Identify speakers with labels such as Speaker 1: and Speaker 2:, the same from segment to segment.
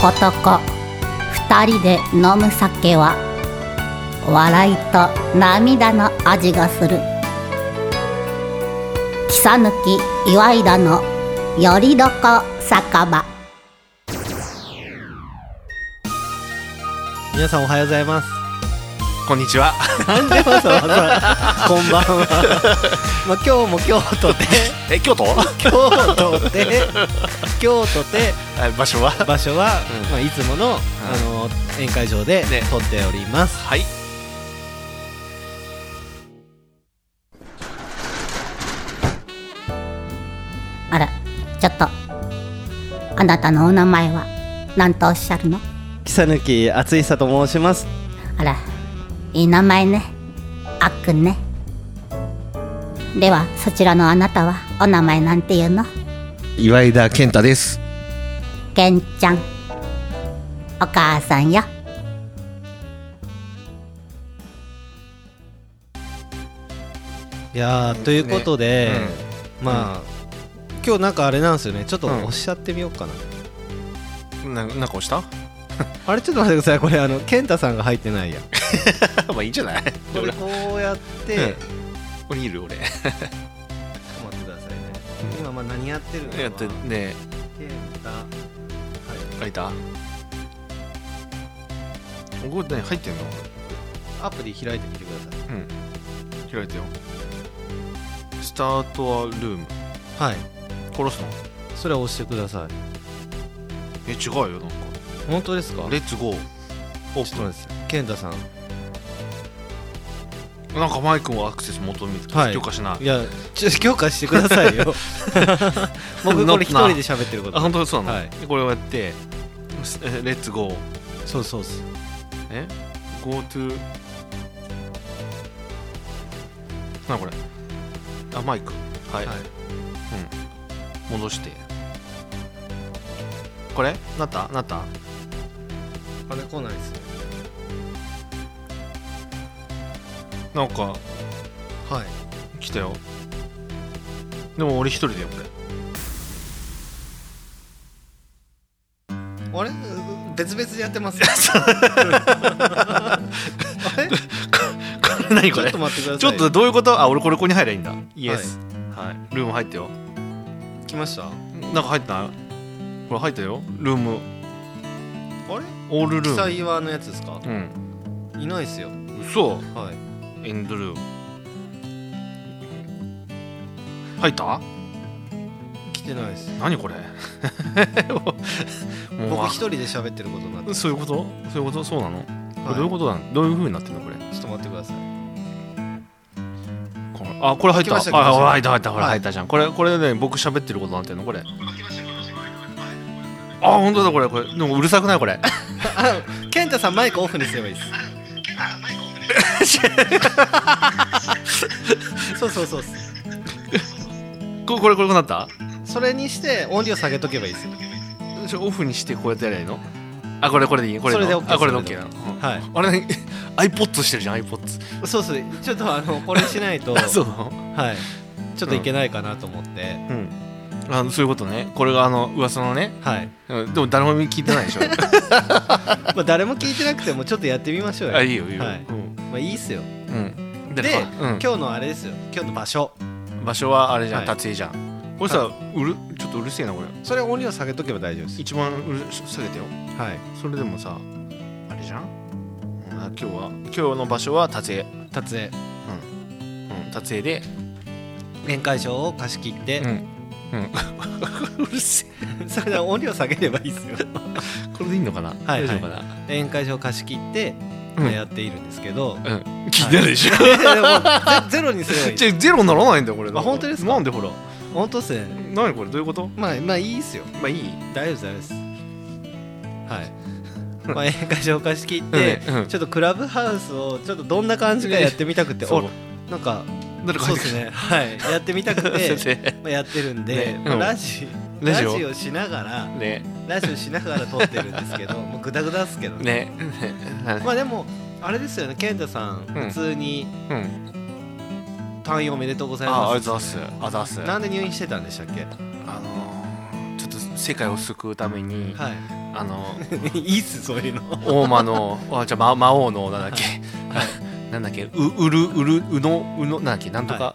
Speaker 1: 男二人で飲む酒は笑いと涙の味がする木さぬき岩井田のよりどこ酒場
Speaker 2: 皆さんおはようございます。
Speaker 3: こんにちは。
Speaker 2: なんでわざわざこんばんは。まあ今日も京都 で
Speaker 3: え、京都
Speaker 2: 京都で京都で
Speaker 3: あ場所は
Speaker 2: 場所は、
Speaker 3: うん
Speaker 2: まあいつもの、あの宴会場で
Speaker 3: ね
Speaker 2: 撮っております。
Speaker 3: はい。
Speaker 1: あらちょっとあなたのお名前は何とおっしゃるの
Speaker 2: 木さぬき厚久と申します。
Speaker 1: あらいい名前ねあっくんねではそちらのあなたはお名前なんていうの
Speaker 4: 岩井田健太です
Speaker 1: けんちゃんお母さんよ
Speaker 2: いやーということで、まあ、今日なんかあれなんですよね。ちょっと
Speaker 3: うん
Speaker 2: おっしゃってみようかな。
Speaker 3: ななんか押した
Speaker 2: あれちょっと待ってください。これあの健太さんが入ってないや。
Speaker 3: まあいいんじゃない
Speaker 2: これこうやって、
Speaker 3: うんこれいる俺。
Speaker 2: ちょっと待ってくださいね。今まあ何やってるのかな
Speaker 3: やってね
Speaker 2: 健太
Speaker 3: 開いたこれね、入ってんの
Speaker 2: アプリ開いてみてくだ
Speaker 3: 開いてよ。スタートアルーム。
Speaker 2: さいはい
Speaker 3: 殺すの
Speaker 2: それは押してください
Speaker 3: え、違うよ、なんか。
Speaker 2: 本当ですか
Speaker 3: レッツゴー。オ
Speaker 2: ち
Speaker 3: ー
Speaker 2: ょっと待ってください健太さん
Speaker 3: プン。なんかマイクもアクセス求めて、
Speaker 2: はい
Speaker 3: 許可しない
Speaker 2: い。やちょっと許可してくださ いよ僕これ一人で喋ってるこ
Speaker 3: あ、
Speaker 2: と
Speaker 3: 本当そうなの、
Speaker 2: はい
Speaker 3: これをやって、すえレッツゴー。
Speaker 2: そうそうっす
Speaker 3: え ?Go to なにこれあマイクはい、
Speaker 2: はい
Speaker 3: 戻してこれなったなった
Speaker 2: あれ来ないですね
Speaker 3: なんか
Speaker 2: はい
Speaker 3: 来たよでも俺一人だよこれ
Speaker 2: あれ別々でやってます あれち
Speaker 3: これ 何こ
Speaker 2: ょっ
Speaker 3: れ
Speaker 2: と待ってください
Speaker 3: ちょっとどういうことあ俺これここに入ればいいんだイエ
Speaker 2: はい
Speaker 3: スはい、ルーム入ったよ
Speaker 2: 来ましたあ
Speaker 3: なんか入ってないこれ入ったよルーム
Speaker 2: れ
Speaker 3: オール
Speaker 2: 記
Speaker 3: ルーム
Speaker 2: 載はのやつですか
Speaker 3: うん
Speaker 2: いないですよ
Speaker 3: 嘘
Speaker 2: はい
Speaker 3: エンドルーム入った
Speaker 2: 来てないです
Speaker 3: 何これ もう
Speaker 2: 僕一人で喋ってることになって
Speaker 3: あそういうことそういうことそうなの、こ
Speaker 2: は
Speaker 3: れ
Speaker 2: い
Speaker 3: どういうことなのどういうふうになってんのこれ
Speaker 2: ちょっと待ってください
Speaker 3: これあこれ入っ
Speaker 2: 来
Speaker 3: た
Speaker 2: ま
Speaker 3: あ
Speaker 2: した来ました
Speaker 3: ほら入った入ったほら
Speaker 2: はい
Speaker 3: 入ったじゃんこれこれね僕喋ってることになってんのこれあ本当だこれこれでもうるさくないこれ
Speaker 2: あ健太さんマイクオフにすればいいです。 そうそうそう。
Speaker 3: ここれこれこうなった
Speaker 2: それにして音量下げとけばいいですよ。
Speaker 3: ちょオフにしてこうやってやりゃいいのあこれこれでいいこれ
Speaker 2: それで
Speaker 3: の
Speaker 2: OK
Speaker 3: あこれで
Speaker 2: そ
Speaker 3: OK
Speaker 2: れで
Speaker 3: なの、うん
Speaker 2: はい。
Speaker 3: あれ iPods してるじゃん iPods
Speaker 2: そうそう。ちょっとあのこれしないと、 は
Speaker 3: あそうなの
Speaker 2: い。ちょっといけないかなと思って、
Speaker 3: うんあのそういうことねこれがあの噂のね
Speaker 2: はい。
Speaker 3: うんでも誰も聞いてないでしょ
Speaker 2: まあ誰も聞いてなくてもちょっとやってみましょうよ。
Speaker 3: あいいよいいよ、
Speaker 2: はい
Speaker 3: うん
Speaker 2: まあいいっすよ。
Speaker 3: うん
Speaker 2: で、
Speaker 3: で、うん、
Speaker 2: 今日のあれですよ。今日の場所。
Speaker 3: 場所はあれじゃん、
Speaker 2: はい
Speaker 3: 達成じゃんこれさ、うるちょっとうるせえなこれ
Speaker 2: それ音量下げとけば大丈夫です。
Speaker 3: 一番うる下げてよ
Speaker 2: はい。
Speaker 3: それでもさあれじゃんうんあ今日は今日の場所は達成
Speaker 2: 撮影。
Speaker 3: うん達成で
Speaker 2: 宴会場を貸し切って
Speaker 3: う、んうんうるせえ
Speaker 2: それで音量下げればいいですよ。
Speaker 3: これでいいのかな
Speaker 2: はい
Speaker 3: 大丈夫かな
Speaker 2: 宴会場を貸し切って、
Speaker 3: うん
Speaker 2: まあやっているんですけど。
Speaker 3: うん気になる でしょ
Speaker 2: いやいやでもゼゼロにすればいい
Speaker 3: じゃゼロにならないんだよこれ
Speaker 2: あ本当ですか
Speaker 3: なんでほら
Speaker 2: 本当っすね
Speaker 3: 何これどういうこと
Speaker 2: まあまあいいですよ
Speaker 3: まあいい
Speaker 2: 大丈夫です大丈夫ですはい まあ宴会場貸し切って、
Speaker 3: うんうん
Speaker 2: ちょっとクラブハウスをちょっとどんな感じかやってみたくて、
Speaker 3: そ
Speaker 2: お
Speaker 3: う
Speaker 2: なんか
Speaker 3: 誰か
Speaker 2: そ
Speaker 3: 入
Speaker 2: うで
Speaker 3: ってく
Speaker 2: す
Speaker 3: る
Speaker 2: ねはいやってみたくて
Speaker 3: 先生
Speaker 2: まあやってるんで、
Speaker 3: ね
Speaker 2: まあ
Speaker 3: うん
Speaker 2: ラジ
Speaker 3: ラ
Speaker 2: ラ
Speaker 3: ジ
Speaker 2: ジ
Speaker 3: オ
Speaker 2: オしながら
Speaker 3: ね
Speaker 2: ラジオしながら撮ってるんですけどもうグダグダっすけどね
Speaker 3: ね
Speaker 2: まあでもあれですよね健太さん、
Speaker 3: うん
Speaker 2: 普通に
Speaker 3: うん
Speaker 2: 退院おめでとうござい
Speaker 3: ああ
Speaker 2: ま
Speaker 3: りが
Speaker 2: す
Speaker 3: とうございますありがとうございます
Speaker 2: なんで入院してたんでしたっけ
Speaker 3: あのーちょっと世界を救うために、
Speaker 2: はい
Speaker 3: あの
Speaker 2: いいっすそういうの
Speaker 3: 大間のあじゃあ魔魔王のなんだっけ、なんだっけううるうるうのうのなんだっけなんとか、
Speaker 2: は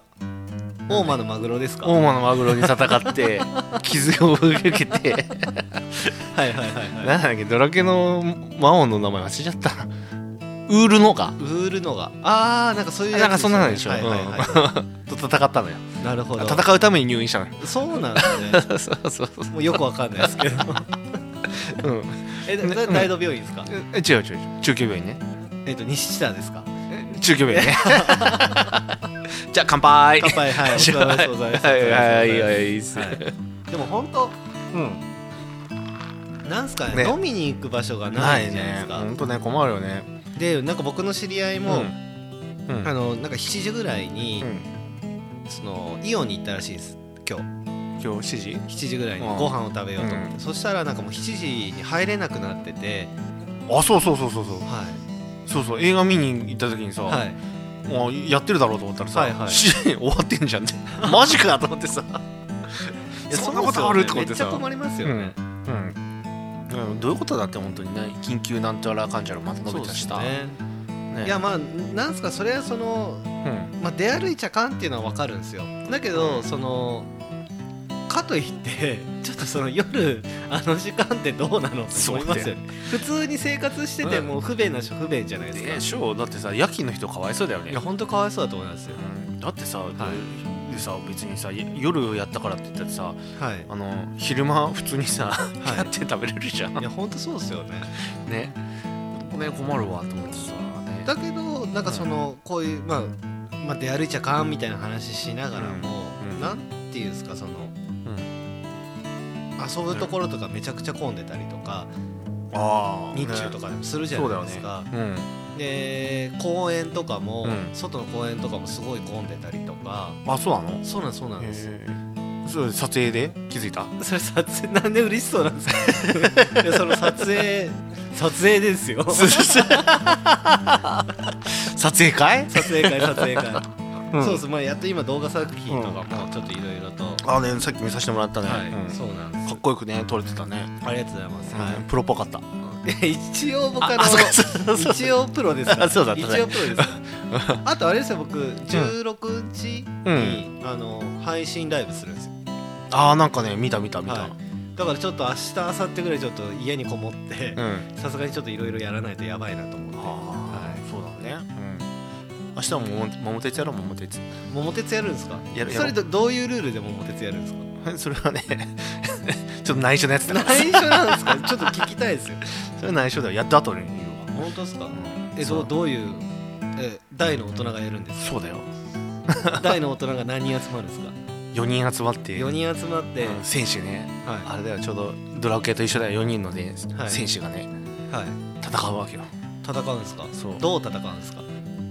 Speaker 2: 大間のマグロですか
Speaker 3: 大間のマグロに戦って傷を受けて
Speaker 2: はいはいはいはい
Speaker 3: なんだっけドラケの魔王の名前忘れちゃったなウールノか
Speaker 2: ウールのがああなんかそういうやつ
Speaker 3: なんかそんなのでしょ、
Speaker 2: はいはいはい
Speaker 3: うんと戦ったのよ
Speaker 2: なるほど
Speaker 3: 戦うために入院したのよ
Speaker 2: そうなんですね
Speaker 3: そうそうそう、
Speaker 2: もうよくわかんないです けど
Speaker 3: うん、
Speaker 2: えだだ大道病院ですか
Speaker 3: え違う違う違う中級病院ね
Speaker 2: えっと西田ですか
Speaker 3: 中級病院ねじゃあ乾杯
Speaker 2: 乾杯 はいお疲れ様でございます
Speaker 3: はいはいはいいいいっすね、
Speaker 2: でも本当
Speaker 3: うん
Speaker 2: なんすかね
Speaker 3: ね
Speaker 2: 飲みに行く場所が
Speaker 3: な
Speaker 2: ない
Speaker 3: い
Speaker 2: じゃないで
Speaker 3: ね
Speaker 2: すか
Speaker 3: ほんとね困るよね
Speaker 2: でなんか僕の知り合いも、
Speaker 3: うん、うん
Speaker 2: あのなんか7時ぐらいに、
Speaker 3: うん
Speaker 2: そのイオンに行ったらしいです今日
Speaker 3: 今日7時
Speaker 2: 7時ぐらいに
Speaker 3: うん
Speaker 2: ご飯を食べようと思って、
Speaker 3: うん
Speaker 2: そしたらなんかもう7時に入れなくなってて
Speaker 3: あそうそうそうそうそう
Speaker 2: は
Speaker 3: そうそう映画見に行った時にさ、
Speaker 2: い、はい、
Speaker 3: もうやってるだろうと思ったらさ、
Speaker 2: はいはい
Speaker 3: し 終わってんじゃんって マジかと思って さ
Speaker 2: いや
Speaker 3: そんなことあると思ってさ
Speaker 2: めっちゃ困りますよ
Speaker 3: う
Speaker 2: ね
Speaker 3: ん、うん、どういうことだって本当にね緊急なんちゃらかんちゃらまた伸び
Speaker 2: で
Speaker 3: た
Speaker 2: す
Speaker 3: した、
Speaker 2: ね
Speaker 3: ね
Speaker 2: いやまあなんすかそれはその、
Speaker 3: うん
Speaker 2: まあ、出歩いちゃかんっていうのは分かるんですよだけどそのかといって ちょっとその夜あの時間ってどうなのって
Speaker 3: そう
Speaker 2: 思
Speaker 3: ね
Speaker 2: いますよね普通に生活してて
Speaker 3: うん
Speaker 2: も不便な人不便じゃないですか、
Speaker 3: でしょうだってさ夜勤の人かわいそうだよね
Speaker 2: いや本当かわいそうだと思いますよ
Speaker 3: うんだってさ、でさ別にさ夜やったからって言ったらさ
Speaker 2: はい
Speaker 3: あの昼間普通にさ、 やって食べれるじゃん
Speaker 2: い
Speaker 3: ね
Speaker 2: や本当そうですよね
Speaker 3: ね困るわと思ってさ、ね
Speaker 2: だけどなんかそのこういうまあまあ出歩いちゃかんみたいな話しながらも
Speaker 3: うんうん
Speaker 2: なんていうんですかその
Speaker 3: ん
Speaker 2: 遊ぶところとかめちゃくちゃ混んでたりとか
Speaker 3: ああ
Speaker 2: 日中とかでもするじゃ
Speaker 3: そうだ
Speaker 2: ない
Speaker 3: よ
Speaker 2: で
Speaker 3: ね
Speaker 2: すか
Speaker 3: うん
Speaker 2: で公園とかも
Speaker 3: うん
Speaker 2: 外の公園とかもすごい混んでたりとか
Speaker 3: あそうなの
Speaker 2: そうなんそうなんです
Speaker 3: へーそう撮影で気づい た
Speaker 2: それ撮影なんで嬉しそうなんです かいやその撮影撮影ですよ撮
Speaker 3: 撮影会
Speaker 2: 影会撮影会
Speaker 3: うん
Speaker 2: そうですまあやっと今動画作品とかもちょっといろいろと、
Speaker 3: あねさっき見させてもらったね、
Speaker 2: はい、
Speaker 3: うん
Speaker 2: そうなんです
Speaker 3: かっこよくね撮れてたね、
Speaker 2: ありがとうございます、は
Speaker 3: プロっぽかった
Speaker 2: い、いや 一応僕あの
Speaker 3: あそうかそうそう
Speaker 2: 一応プロですから
Speaker 3: あそうだったね
Speaker 2: 一応プロです からあとあれですよ僕16日に、あの配信ライブするんですよ
Speaker 3: あーなんかね見た見た見た、
Speaker 2: はいだからちょっと明日明後日ぐらいちょっと家にこもって
Speaker 3: うん
Speaker 2: さすがにちょっといろいろやらないとやばいなと思って
Speaker 3: あ
Speaker 2: は
Speaker 3: ーそうだねうん明日もも桃鉄やろう桃鉄
Speaker 2: い桃鉄やるんですか
Speaker 3: やるや
Speaker 2: そ
Speaker 3: ろう
Speaker 2: れどどういうルールで桃鉄やるんですか
Speaker 3: それはねちょっと内緒のやつだから
Speaker 2: 内緒なんですかちょっと聞きたいですよ
Speaker 3: それは内緒だよやった後に言うわ
Speaker 2: 本当ですか
Speaker 3: うん
Speaker 2: えどうどういうえ大の大人がやるんですか
Speaker 3: そうだよ
Speaker 2: 大の大人が何人集まるんですか
Speaker 3: 4人集まって
Speaker 2: 4人集まって、
Speaker 3: うん選手ね
Speaker 2: は
Speaker 3: あれだよちょうどドラケと一緒だよ4人のね、
Speaker 2: はい
Speaker 3: 選手がね
Speaker 2: い、はい、
Speaker 3: 戦うわけよ
Speaker 2: 戦うんですか
Speaker 3: そう
Speaker 2: どう戦うんですか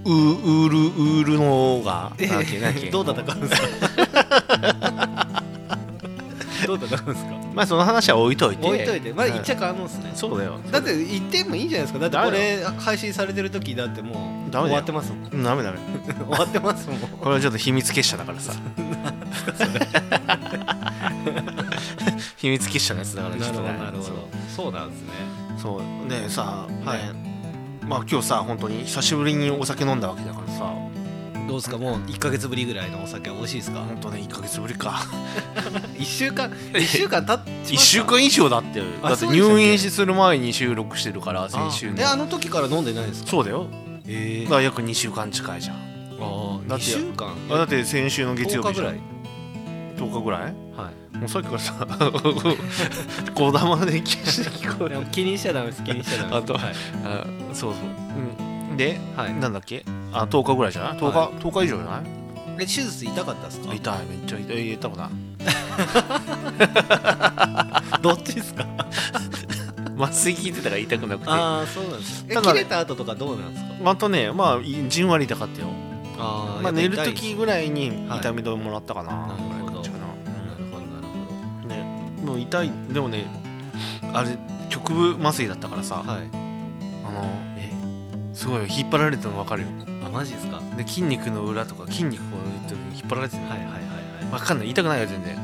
Speaker 3: ウーウールウールのがなんだっけなんだっけ
Speaker 2: どう戦うん ですかどう戦うんですか
Speaker 3: まあその話は置いといて
Speaker 2: 置いといてまあ
Speaker 3: うん
Speaker 2: 言っちゃかんもんっすね
Speaker 3: そうだよ
Speaker 2: だって言ってもいいんじゃないですかだってこれ配信されてる時だってもう
Speaker 3: ダメ
Speaker 2: 終
Speaker 3: だよ
Speaker 2: わってますもん
Speaker 3: うんダメダメ
Speaker 2: 終わってますもん
Speaker 3: これはちょっと秘密結社だから さ秘密結社のやつだからちょっとね
Speaker 2: そうなんですね
Speaker 3: そうそうねさ
Speaker 2: は
Speaker 3: はいいまあ今日さ本当に久しぶりにお酒飲んだわけだからさ
Speaker 2: どうですかもう1か月ぶりぐらいのお酒美味しいですか
Speaker 3: 本当ね1ヶ月ぶりか
Speaker 2: 1週 間1週間経って
Speaker 3: 1週間以上だって
Speaker 2: あ
Speaker 3: だって
Speaker 2: そうでしたっけ
Speaker 3: 入院する前に収録してるから先週
Speaker 2: えあ
Speaker 3: の
Speaker 2: の時から飲んでないですか
Speaker 3: そうだよ
Speaker 2: え
Speaker 3: だから約2週間近いじゃん
Speaker 2: ああ2
Speaker 3: だって
Speaker 2: 週間
Speaker 3: あだって先週の月曜
Speaker 2: 10
Speaker 3: 日
Speaker 2: 日ぐらい
Speaker 3: 10日ぐらい
Speaker 2: は
Speaker 3: もうさっきからさ こだまで気 にして聞こ
Speaker 2: い
Speaker 3: え
Speaker 2: でも気にしちゃダメです気にしちゃダメです
Speaker 3: あと
Speaker 2: はい
Speaker 3: あそうそう、うん、で
Speaker 2: はい
Speaker 3: なんだっけあ10日ぐらいじゃない10日、
Speaker 2: は
Speaker 3: 10日以上じゃ
Speaker 2: え手術痛かったです
Speaker 3: な
Speaker 2: か
Speaker 3: い痛いめっちゃ痛い言っ たもんな
Speaker 2: どっちですか
Speaker 3: 麻酔効いてたから痛くなくて
Speaker 2: ああそうなんですえ
Speaker 3: ただ
Speaker 2: 切
Speaker 3: ね
Speaker 2: れた後とかどうなんですか
Speaker 3: またねまあいじんわり痛かったよ
Speaker 2: あ
Speaker 3: まあ寝る時ぐらいに
Speaker 2: はい
Speaker 3: 痛み止めもらったかな、
Speaker 2: なるほど
Speaker 3: ぐらい感じかな
Speaker 2: なるほどなるほ
Speaker 3: うんねもう痛いでもねあれ局部麻酔だったからさ、
Speaker 2: どはい
Speaker 3: あの
Speaker 2: え
Speaker 3: すごいよ引っ張られてるの分かるよ
Speaker 2: あマジですかは
Speaker 3: で筋肉の裏とか筋肉を引っ張られてる
Speaker 2: いはいはいは
Speaker 3: 分かんない痛くないよ全然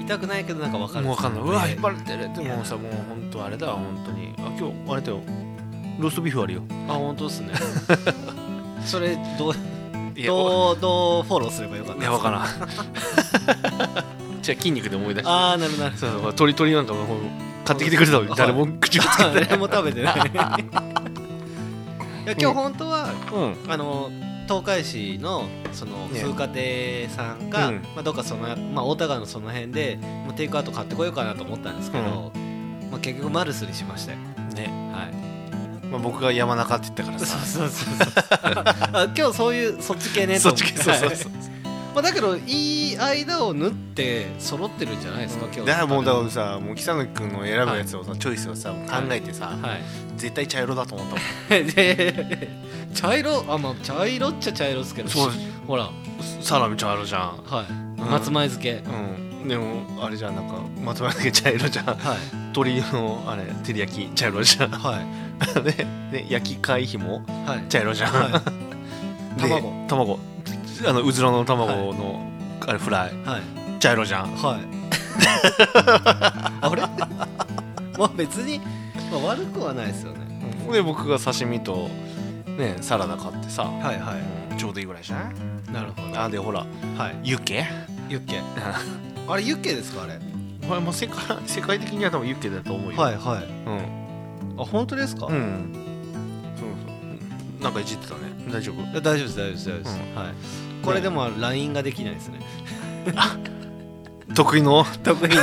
Speaker 2: いたくないけどなんかわかる
Speaker 3: もう分かんないうわ引っ張
Speaker 2: る
Speaker 3: られてるでもさもう本当あれだわ本当にあ今日あれだよローストビーフあるよ
Speaker 2: あ本当ですね それどう
Speaker 3: いやわ
Speaker 2: どうどうフォローすればよかった
Speaker 3: いや分からん じゃあ筋肉で思い出して
Speaker 2: ああなるほどなる
Speaker 3: そうそう鳥鳥なんかもう買ってきてくれたのに誰も口がつけ
Speaker 2: ほど
Speaker 3: てない
Speaker 2: 誰も食べ てないいや今日本当は
Speaker 3: うん
Speaker 2: あの東海市のその
Speaker 3: ね
Speaker 2: 風化亭さんが、
Speaker 3: うん
Speaker 2: まあ、どっかその、まあ、大田川のその辺で、まあ、テイクアウト買ってこようかなと思ったんですけど、まあ、結局マルスにしましたよ
Speaker 3: ね、
Speaker 2: はい
Speaker 3: まあ、僕が山中って 言ったからさ
Speaker 2: そうそうそうあ今日そういうそっち系ねと
Speaker 3: そ
Speaker 2: 思
Speaker 3: っ
Speaker 2: っ
Speaker 3: ち
Speaker 2: て
Speaker 3: 系そうそうそう
Speaker 2: まあ、だけどいい間を縫って揃ってるんじゃないですか、今日
Speaker 3: だからもうだからさもう北野君の選ぶやつをさ、チョイスをさ考えてさ、
Speaker 2: はい
Speaker 3: 絶対茶色だと思ったも ん
Speaker 2: で茶色あまあ茶色っちゃ茶色っすけど
Speaker 3: そう
Speaker 2: ほら、は
Speaker 3: サラミ茶色じゃん
Speaker 2: い松前漬け
Speaker 3: うんでもあれじゃんなんかまとめだけ茶色じゃん
Speaker 2: はい
Speaker 3: 鶏のあれ照り焼き茶色じゃん
Speaker 2: はい
Speaker 3: でで焼き貝ひも
Speaker 2: はい
Speaker 3: 茶色じゃん、
Speaker 2: は
Speaker 3: で
Speaker 2: 卵
Speaker 3: 卵あのうずらの卵の、あれフライ
Speaker 2: はい
Speaker 3: 茶色じゃん
Speaker 2: はい。あれ？ まあ別に、まあ、悪くはないですよね。
Speaker 3: で僕が刺身とねサラダ買ってさ、
Speaker 2: はいは
Speaker 3: ちょうどいいぐらいじゃない
Speaker 2: い。なるほど。
Speaker 3: あでほら
Speaker 2: はい。
Speaker 3: ユッケ
Speaker 2: ユッケ。 あれユッケですかあれ？は
Speaker 3: これもう世界世界的には多分ユッケだと思うよい
Speaker 2: はい。
Speaker 3: うん
Speaker 2: あ本当ですか？
Speaker 3: う
Speaker 2: い
Speaker 3: んそうそうなんかいじってたね大丈夫
Speaker 2: や大丈夫です大丈夫です大丈夫です。
Speaker 3: う
Speaker 2: はい。これでもラインができないですね。
Speaker 3: 得意の
Speaker 2: 得意の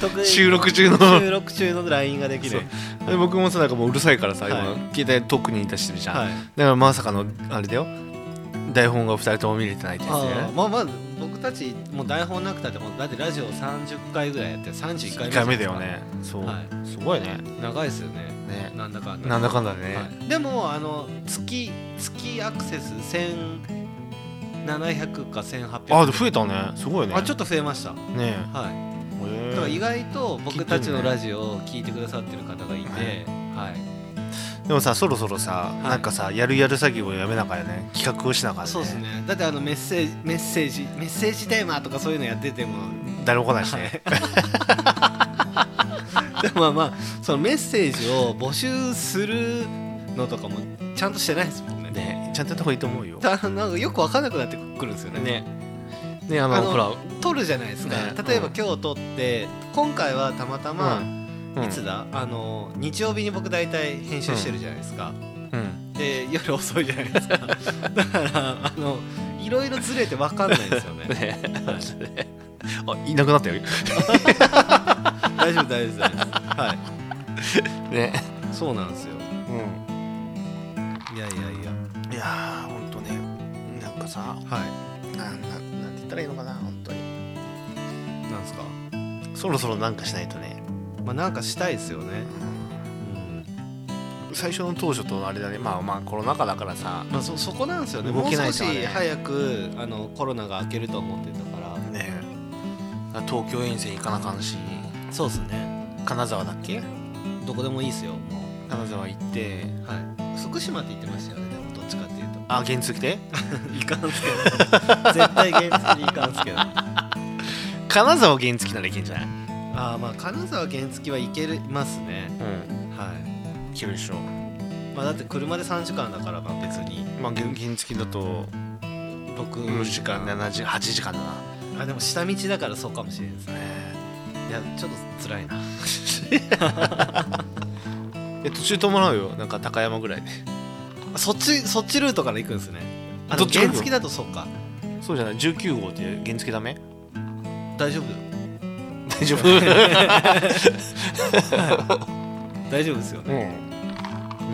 Speaker 2: 得意の
Speaker 3: 収録中の
Speaker 2: 収録中のラインができない。
Speaker 3: で僕もさなんかもううるさいからさ、
Speaker 2: は
Speaker 3: 今携帯特にいたしてるじゃん、
Speaker 2: はい。
Speaker 3: だからまさかのあれだよ台本が2人とも見れてないってやつ
Speaker 2: あー
Speaker 3: ね
Speaker 2: まあまあ僕たちもう台本なくたってもうだってラジオ30回ぐらいやって31回目
Speaker 3: 1回目だよねそう、
Speaker 2: は
Speaker 3: すごいね
Speaker 2: 長いですよね
Speaker 3: ね
Speaker 2: なんだかんだ
Speaker 3: なんだかんだね、
Speaker 2: はい、でもあの月月アクセス1700か1800
Speaker 3: あで増えたねすごいね
Speaker 2: あちょ
Speaker 3: っ
Speaker 2: っと増えました、
Speaker 3: とね
Speaker 2: はい、
Speaker 3: え
Speaker 2: だ
Speaker 3: へえ
Speaker 2: から意外と僕たち
Speaker 3: 聞いて
Speaker 2: の
Speaker 3: んね
Speaker 2: ラジオを聞いてくださってる方がいて、はい
Speaker 3: でもさそろそろさ、
Speaker 2: い
Speaker 3: なんかさやるやる詐欺をやめなあかんよね企画をしなあかんね
Speaker 2: そうですねだってあのメッセージメッセージメッセージテーマとかそういうのやってても
Speaker 3: 誰も来ないしね、
Speaker 2: でもまあまあそのメッセージを募集するのとかもちゃんとしてないですもんね
Speaker 3: ねちゃんとやった方がいいと思うよ
Speaker 2: だからなんかよく分かんなくなってくるんですよね
Speaker 3: ねねあの
Speaker 2: あの
Speaker 3: ほら、
Speaker 2: 撮るじゃないですか、
Speaker 3: ね
Speaker 2: 例えば
Speaker 3: うん
Speaker 2: 今日撮って今回はたまたま、
Speaker 3: うん
Speaker 2: いつだあの日曜日に僕大体編集してるじゃないですか、
Speaker 3: うん
Speaker 2: で夜遅いじゃない ですかだからあのいろいろずれて分かんないですよ ね
Speaker 3: ねあいなくなったよ
Speaker 2: 大丈夫大丈夫です大丈夫ですはい
Speaker 3: ね
Speaker 2: そうなんですよ
Speaker 3: うん
Speaker 2: いやいやいや
Speaker 3: いやーほんとねなんかさ
Speaker 2: は
Speaker 3: なんなんなんて言ったらいいのかな本当に
Speaker 2: いなんですか
Speaker 3: そろそろなんかしないとね、
Speaker 2: まあなんかしたいですよねうん
Speaker 3: 最初の当初とあれだねまあまあコロナ禍だからさ
Speaker 2: まあそそこなんですよね
Speaker 3: 動けない
Speaker 2: もう
Speaker 3: と
Speaker 2: 少
Speaker 3: はね
Speaker 2: し早くあのコロナが明けると思ってたから
Speaker 3: ねだから東京遠征行かなあかんし
Speaker 2: そうですね
Speaker 3: 金沢だっけ
Speaker 2: どこでもいいですよも
Speaker 3: 金沢行って
Speaker 2: うはい福島って言ってましたよねでもどっちかっていうと
Speaker 3: あ原付で
Speaker 2: いかんすけど絶対原付にいかんすけどあ
Speaker 3: 金沢原付ならいけんじゃない
Speaker 2: あまあ金沢原付はいけますね
Speaker 3: うん
Speaker 2: はい
Speaker 3: けるでしょ
Speaker 2: い、まあ、だって車で3時間だからまあ別に
Speaker 3: まあ原原付だと
Speaker 2: 6
Speaker 3: 6時間7時8時間だな、
Speaker 2: あでも下道だからそうかもしれないですね
Speaker 3: ね
Speaker 2: いやちょっと辛いな
Speaker 3: え途中泊まらうよなんか高山ぐらいで
Speaker 2: あそっちそっちルートから行くんですねあ
Speaker 3: ど
Speaker 2: の
Speaker 3: っちから
Speaker 2: 原
Speaker 3: 行く
Speaker 2: 付だとそうか
Speaker 3: そうじゃない19号って原付ダメ
Speaker 2: 大丈夫
Speaker 3: 大丈夫
Speaker 2: 大丈夫ですよね
Speaker 3: うん、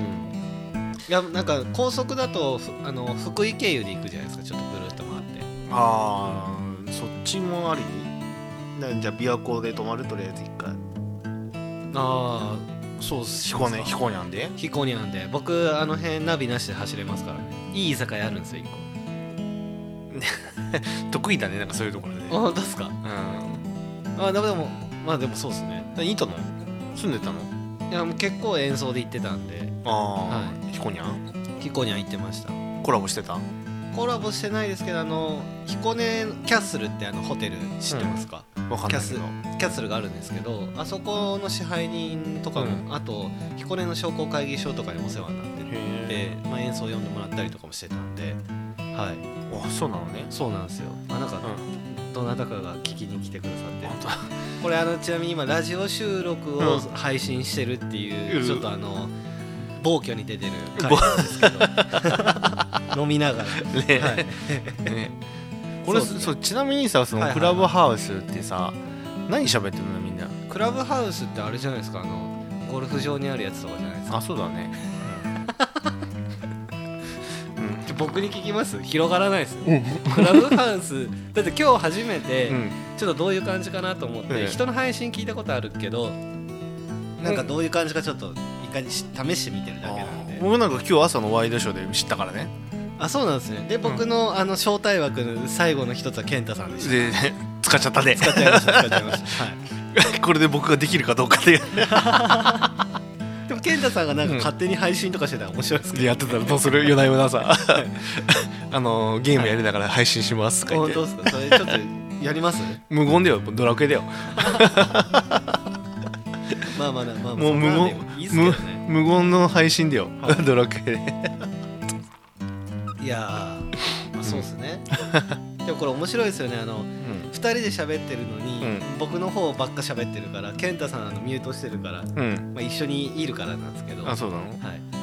Speaker 3: うん、
Speaker 2: いやなんか高速だとふあの福井経由で行くじゃないですかちょっとぐるっと回って
Speaker 3: あーそっちもありなじゃあ琵琶湖で泊まるとりあえず一回
Speaker 2: ああそうっす
Speaker 3: 彦根彦根なんで
Speaker 2: 飛行になんで僕あの辺ナビなしで走れますからねいい居酒屋あるんですよ一個
Speaker 3: 得意だねなんかそういうところで
Speaker 2: あ本当ですかあでもでもまあでもそうですね
Speaker 3: うんいいとの住んでたの
Speaker 2: いやもう結構演奏で行ってたんで
Speaker 3: ああ、ひこにゃん
Speaker 2: 彦根は行ってました
Speaker 3: コラボしてた
Speaker 2: コラボしてないですけどあの彦根キャッスルってあのホテル知ってますか、
Speaker 3: わかん
Speaker 2: キャ
Speaker 3: ないけ
Speaker 2: ス
Speaker 3: ど
Speaker 2: キャッスルがあるんですけどあそこの支配人とかも、あと彦根の商工会議所とかにもお世話になって
Speaker 3: へ
Speaker 2: て、まあ、演奏を呼んでもらったりとかもしてたんではい
Speaker 3: えあそうなのね
Speaker 2: そうなんですよあなんか、
Speaker 3: うん
Speaker 2: どなたかが聞きに来てくださって
Speaker 3: 本当だ
Speaker 2: これあのちなみに今ラジオ収録
Speaker 3: う
Speaker 2: を
Speaker 3: ん
Speaker 2: 配信してるっていう、
Speaker 3: うん
Speaker 2: ちょっとあの暴挙に出てる回なんですけ ど飲みながら、
Speaker 3: ね
Speaker 2: はい、
Speaker 3: ねこれ
Speaker 2: そうっす
Speaker 3: そ
Speaker 2: ね
Speaker 3: う、ちなみにさそ
Speaker 2: はいはい
Speaker 3: のクラブハウスってさ、何喋ってるのみんな
Speaker 2: クラブハウスってあれじゃないですかあのゴルフ場にあるやつとかじゃないですか
Speaker 3: あそうだね
Speaker 2: ちょ僕に聞きます広がらないですよクラブハウスだって今日初めて、
Speaker 3: うん、うん、
Speaker 2: ちょっとどういう感じかなと思って、
Speaker 3: ええ
Speaker 2: 人の配信聞いたことあるけどなんかどういう感じかちょっと一回し試してみてるだけなんで
Speaker 3: 僕なんか今日朝のワイドショーで知ったからね
Speaker 2: あそうなんですねで僕の,、あの招待枠の最後の一つは健太さんでした
Speaker 3: で使っちゃったね
Speaker 2: 使っちゃいました使っちゃいました、は
Speaker 3: これで僕ができるかどうかで
Speaker 2: い、でも健太さんがなんか
Speaker 3: うん
Speaker 2: 勝手に配信とかしてたら面白いですけど、
Speaker 3: やってたらどうする夜な夜な さあのゲームやりながら配信しますとか言っ
Speaker 2: 本当で
Speaker 3: て
Speaker 2: すかそれちょっとやります
Speaker 3: 無言だよドラクエだよ
Speaker 2: まあまあなまあまあ
Speaker 3: もう無
Speaker 2: そんなんで
Speaker 3: 言
Speaker 2: もいいっすけど
Speaker 3: 無
Speaker 2: ね
Speaker 3: 無言の配信だよ、
Speaker 2: はい
Speaker 3: ドラクエで
Speaker 2: いやー、まあ、そうですねでもこれ面白いですよねあの2人で喋ってるのに、
Speaker 3: うん
Speaker 2: 僕の方ばっか喋ってるから健太さんあのミュートしてるから、ま
Speaker 3: うん、う
Speaker 2: あ、
Speaker 3: ん、
Speaker 2: 一緒にいるからなんですけど、は
Speaker 3: あ
Speaker 2: い、
Speaker 3: そうなの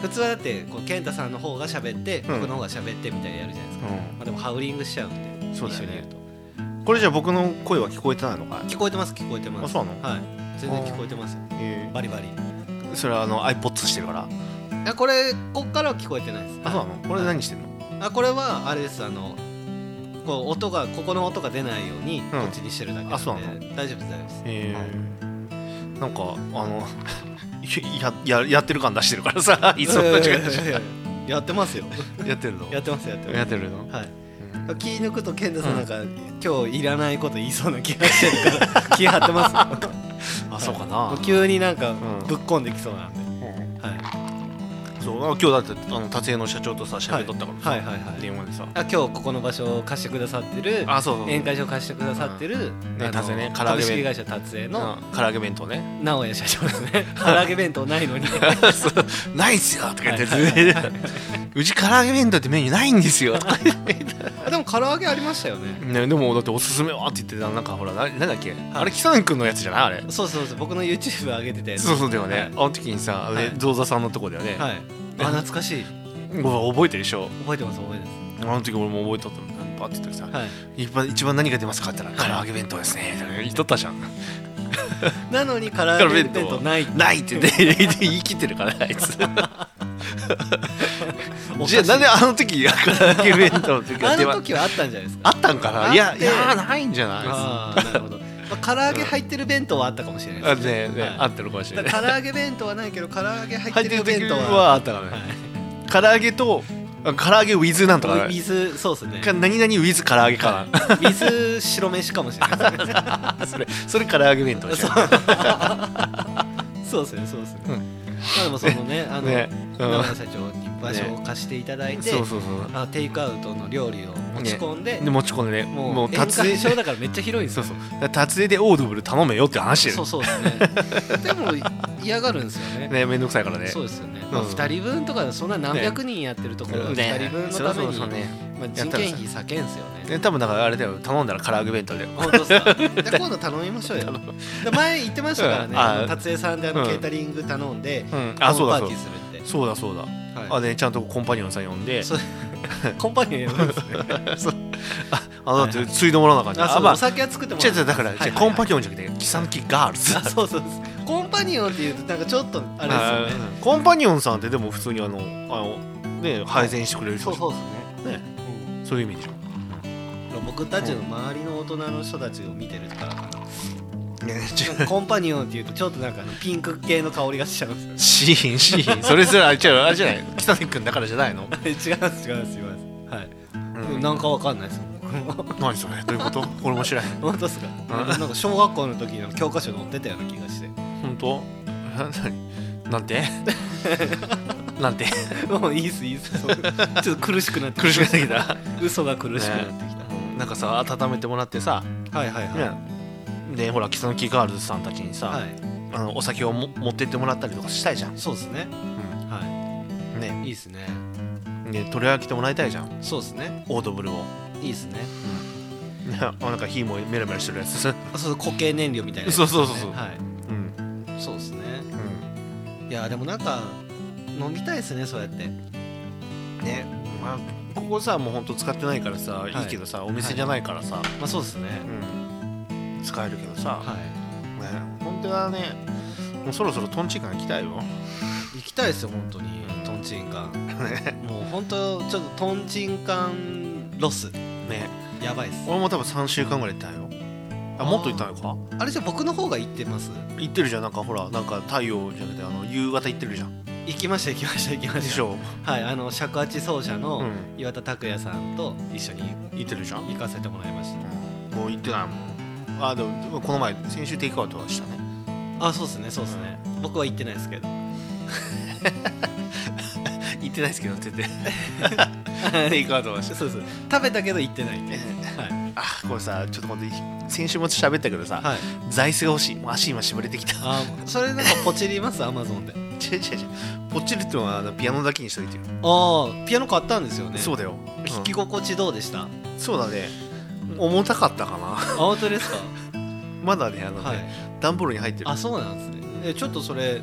Speaker 2: 普通はだってこう健太さんの方が喋って、
Speaker 3: うん
Speaker 2: 僕の方が喋ってみたいなやるじゃないですか、まあ、でもハウリングしちゃうんで
Speaker 3: そうだよ
Speaker 2: 一緒
Speaker 3: ね
Speaker 2: にいると
Speaker 3: うん、これじゃあ僕の声は聞こえてないのか
Speaker 2: 聞こえてます聞こえてます
Speaker 3: あそうなの
Speaker 2: はい全然聞こえてますよ
Speaker 3: え
Speaker 2: バリバリ
Speaker 3: ーそれはあの iPods してるから
Speaker 2: あこれこっからは聞こえてないです
Speaker 3: あそうなのこれ何してんの
Speaker 2: あこれはあれですあのこう音がここの音が出ないようにこっちにしてるだけなん
Speaker 3: あそうな
Speaker 2: で、大丈夫です大丈夫です
Speaker 3: えーなんかあの やややってる感出してるからさいつもと 違 う
Speaker 2: いやいやいやいややってますよ
Speaker 3: やってるの
Speaker 2: やってますやってます
Speaker 3: やってるの
Speaker 2: はい
Speaker 3: うん
Speaker 2: 気抜くと健太さんなんか、今日いらないこと言いそうな気がしてるから 気張ってますよ
Speaker 3: あそうかな
Speaker 2: もう急になんか
Speaker 3: ん
Speaker 2: ぶっこんできそうなんで、はい
Speaker 3: そうあ今日だってあの達也の社長とさ喋っとったからさ、
Speaker 2: はいはいはい
Speaker 3: 電話でさ
Speaker 2: あ今日ここの場所を貸してくださってる
Speaker 3: あそうそうそう
Speaker 2: 宴会場を貸してくださってる、
Speaker 3: ね
Speaker 2: あの
Speaker 3: 達也ね唐揚
Speaker 2: 株
Speaker 3: げ弁
Speaker 2: 式会社達也の
Speaker 3: うん唐揚げ弁当ね
Speaker 2: 直江社長です ね唐揚げ弁当ないのに
Speaker 3: そうないっすよとか言って、 うち唐揚げ弁当ってメニューないんですよとか言って
Speaker 2: あでも唐揚げありましたよね
Speaker 3: ねでもだっておすすめはって言ってたなんかほらななんだっけあれ北野君のやつじゃないあれ
Speaker 2: そうそうそう僕の YouTube 上げてて
Speaker 3: そうそうだよね、あの時にさ、
Speaker 2: はい
Speaker 3: でゾウザさんのとこだよね、
Speaker 2: はいあ懐かしい
Speaker 3: もう覚えてるでしょ
Speaker 2: 覚えてます覚えて
Speaker 3: あの時俺も覚えとったのパッて言ったらさ、
Speaker 2: ます、はい、
Speaker 3: 一番一番何が出ますかって言ったら唐揚げ弁当ですねみたいな言っとったじゃん
Speaker 2: なのに唐揚げ弁当ない
Speaker 3: ない ってね言い切ってるからあい つじゃあなんであの時唐揚げ弁当の時は
Speaker 2: あ
Speaker 3: 出
Speaker 2: の
Speaker 3: ま
Speaker 2: 時はあったんじゃないですか
Speaker 3: あったんか
Speaker 2: あっ
Speaker 3: な
Speaker 2: て
Speaker 3: いやいやないんじゃないあ
Speaker 2: ああなるほど、まあ、唐揚げ入ってる弁当はあったかもしれないです
Speaker 3: ねね、
Speaker 2: はい
Speaker 3: あってるかもしれ
Speaker 2: だ
Speaker 3: ない
Speaker 2: から唐揚げ弁当はないけど唐揚げ入
Speaker 3: 入
Speaker 2: っ
Speaker 3: ってて
Speaker 2: る
Speaker 3: る
Speaker 2: 弁
Speaker 3: 弁
Speaker 2: 当
Speaker 3: 当
Speaker 2: は
Speaker 3: はあったからね、唐揚げとあ唐揚げ with なんとか、
Speaker 2: はい水そうですね
Speaker 3: か何々 with 唐揚げかな、
Speaker 2: 水白飯かもしれないですね
Speaker 3: それそれ唐揚げ弁当でしょ
Speaker 2: そうですねそうですね、
Speaker 3: うん
Speaker 2: まあでもそのねあの
Speaker 3: ねうん
Speaker 2: 長野社長に場所を貸していただいて、
Speaker 3: そうそうそう
Speaker 2: あテイクアウトの料理を持ち込んで、
Speaker 3: で持ち込んでね
Speaker 2: もう
Speaker 3: もう
Speaker 2: 宴
Speaker 3: 達
Speaker 2: 会
Speaker 3: 成
Speaker 2: 場だからめっちゃ広いんです
Speaker 3: そう
Speaker 2: よ
Speaker 3: そうだから達成でオードブル頼めよって話で
Speaker 2: そうそうですねでも嫌がるんですよね
Speaker 3: ねめんどくさいからね
Speaker 2: そうですよね、まあ、
Speaker 3: うん
Speaker 2: 2人分とかそんな何百人やってるところが
Speaker 3: ね
Speaker 2: 2人分のため
Speaker 3: そうそうそう
Speaker 2: に
Speaker 3: ね
Speaker 2: まあ人件費避けんすよね
Speaker 3: ね多分だからあれだよ頼んだら唐揚げ弁当だよ
Speaker 2: 本当です かじゃあ今度頼みましょうよで前言ってましたから
Speaker 3: う
Speaker 2: ね
Speaker 3: んあ
Speaker 2: あの達也さんであの
Speaker 3: うん
Speaker 2: ケータリング頼んで
Speaker 3: うん
Speaker 2: あ
Speaker 3: あ
Speaker 2: そ
Speaker 3: そうう
Speaker 2: パ
Speaker 3: だ
Speaker 2: ーティー
Speaker 3: そうだ
Speaker 2: するって
Speaker 3: そうだそうだ
Speaker 2: はい
Speaker 3: あねちゃんとコンパニオンさん呼んで
Speaker 2: そうコンパニオンやるんですね
Speaker 3: あだってついでもらわなあかった
Speaker 2: あそう
Speaker 3: ま
Speaker 2: お酒は作っても
Speaker 3: 違
Speaker 2: ら
Speaker 3: う違うだから
Speaker 2: はい
Speaker 3: 違うコンパニオンじゃなくてキサヌキガールズ
Speaker 2: あそうそうですコンパニオンっていうとなんかちょっとあれですよね
Speaker 3: あーコンパニオンさんってでも普通にあのあのね配膳してくれる人
Speaker 2: そう
Speaker 3: でしょ
Speaker 2: そうですね
Speaker 3: ねそういう意味でしょ
Speaker 2: 僕たちの周りの大人の人たちを見てるからかな
Speaker 3: ね
Speaker 2: なんかコンパニオンっていうとちょっとなんかあのピンク系の香りがしちゃうんですよ
Speaker 3: シーンシーンそれすらあれ違うあれじゃないキサヌキ君だからじゃないの
Speaker 2: 違います違います違いますはい、
Speaker 3: うん
Speaker 2: なんかわかんないですよ僕も
Speaker 3: 何それどういうことこれも知らない
Speaker 2: 本当ですかなんか小学校の時の教科書載ってたような気がして
Speaker 3: 本当何 なん てなん て
Speaker 2: もういいっすいいっすそうちょっと苦しくなって
Speaker 3: 苦しくなってきた
Speaker 2: 嘘が苦しくなってき
Speaker 3: なんかさ温めてもらってさ、
Speaker 2: たはいはいはい
Speaker 3: ねでほらキサノキガールズさんたちにさ、
Speaker 2: はい
Speaker 3: あのお酒をも持ってってもらったりとかしたいじゃん
Speaker 2: そうですね、は
Speaker 3: ね
Speaker 2: いいいですね
Speaker 3: で取り上げてもらいたいじゃん
Speaker 2: そうですね
Speaker 3: オードブルを
Speaker 2: いいですね
Speaker 3: いやあなんか火もメラメラしてるやつ、
Speaker 2: あそう固形燃料みたいなやつ
Speaker 3: そうそうそうそう
Speaker 2: はい
Speaker 3: うん
Speaker 2: そうですね
Speaker 3: うん、
Speaker 2: いやでもなんか飲みたいですねそうやって
Speaker 3: ねまあここさもうほんと使ってないからさ、
Speaker 2: い
Speaker 3: い、いけどさお店じゃないからさ、
Speaker 2: まあそうですね
Speaker 3: うん、使えるけどさ、
Speaker 2: は
Speaker 3: ね、本当はねもうそろそろトンチンカン行きたいよ
Speaker 2: い行きたいですよ本当にとんちんかん もう本当ちょっととんちんかんロス
Speaker 3: ね
Speaker 2: やばいっす
Speaker 3: 俺も多分3週間ぐらい行ったんよあもっと行ったのか
Speaker 2: あれじゃあ僕の方が行ってます
Speaker 3: 行ってるじゃんなんかほらなんか太陽じゃなくてあの夕方行ってるじゃん
Speaker 2: 行きました行きました行きました
Speaker 3: でしょ
Speaker 2: はいあの尺八奏者
Speaker 3: う
Speaker 2: の
Speaker 3: ん
Speaker 2: 岩田拓也さんと一緒に
Speaker 3: 行ってるじゃん、
Speaker 2: 行かせてもらいまし
Speaker 3: もう行ってないもんあでもこの前先週テイクアウトはしたね
Speaker 2: たあそうですねそうですね僕は行ってないですけど
Speaker 3: 行ってないですけどって言って テイクアウトはした
Speaker 2: そうそう食べたけど行ってないねはい
Speaker 3: あこれさちょっと待って先週も喋ったけどさ、
Speaker 2: はい
Speaker 3: 座椅子が欲しいもう足今しぶれてきた
Speaker 2: あそれなんかポチりますアマゾンで
Speaker 3: 違う違う違うポッチリってのはあのピアノだけにしといてよ、
Speaker 2: ああピアノ買ったんですよね
Speaker 3: そうだよ、
Speaker 2: 弾き心地どうでした、あ
Speaker 3: うんそうだね重たかったかな
Speaker 2: 本当ですか
Speaker 3: まだねあのね、
Speaker 2: はい
Speaker 3: 段ボールに入ってる
Speaker 2: あそうなんですねえちょっとそれ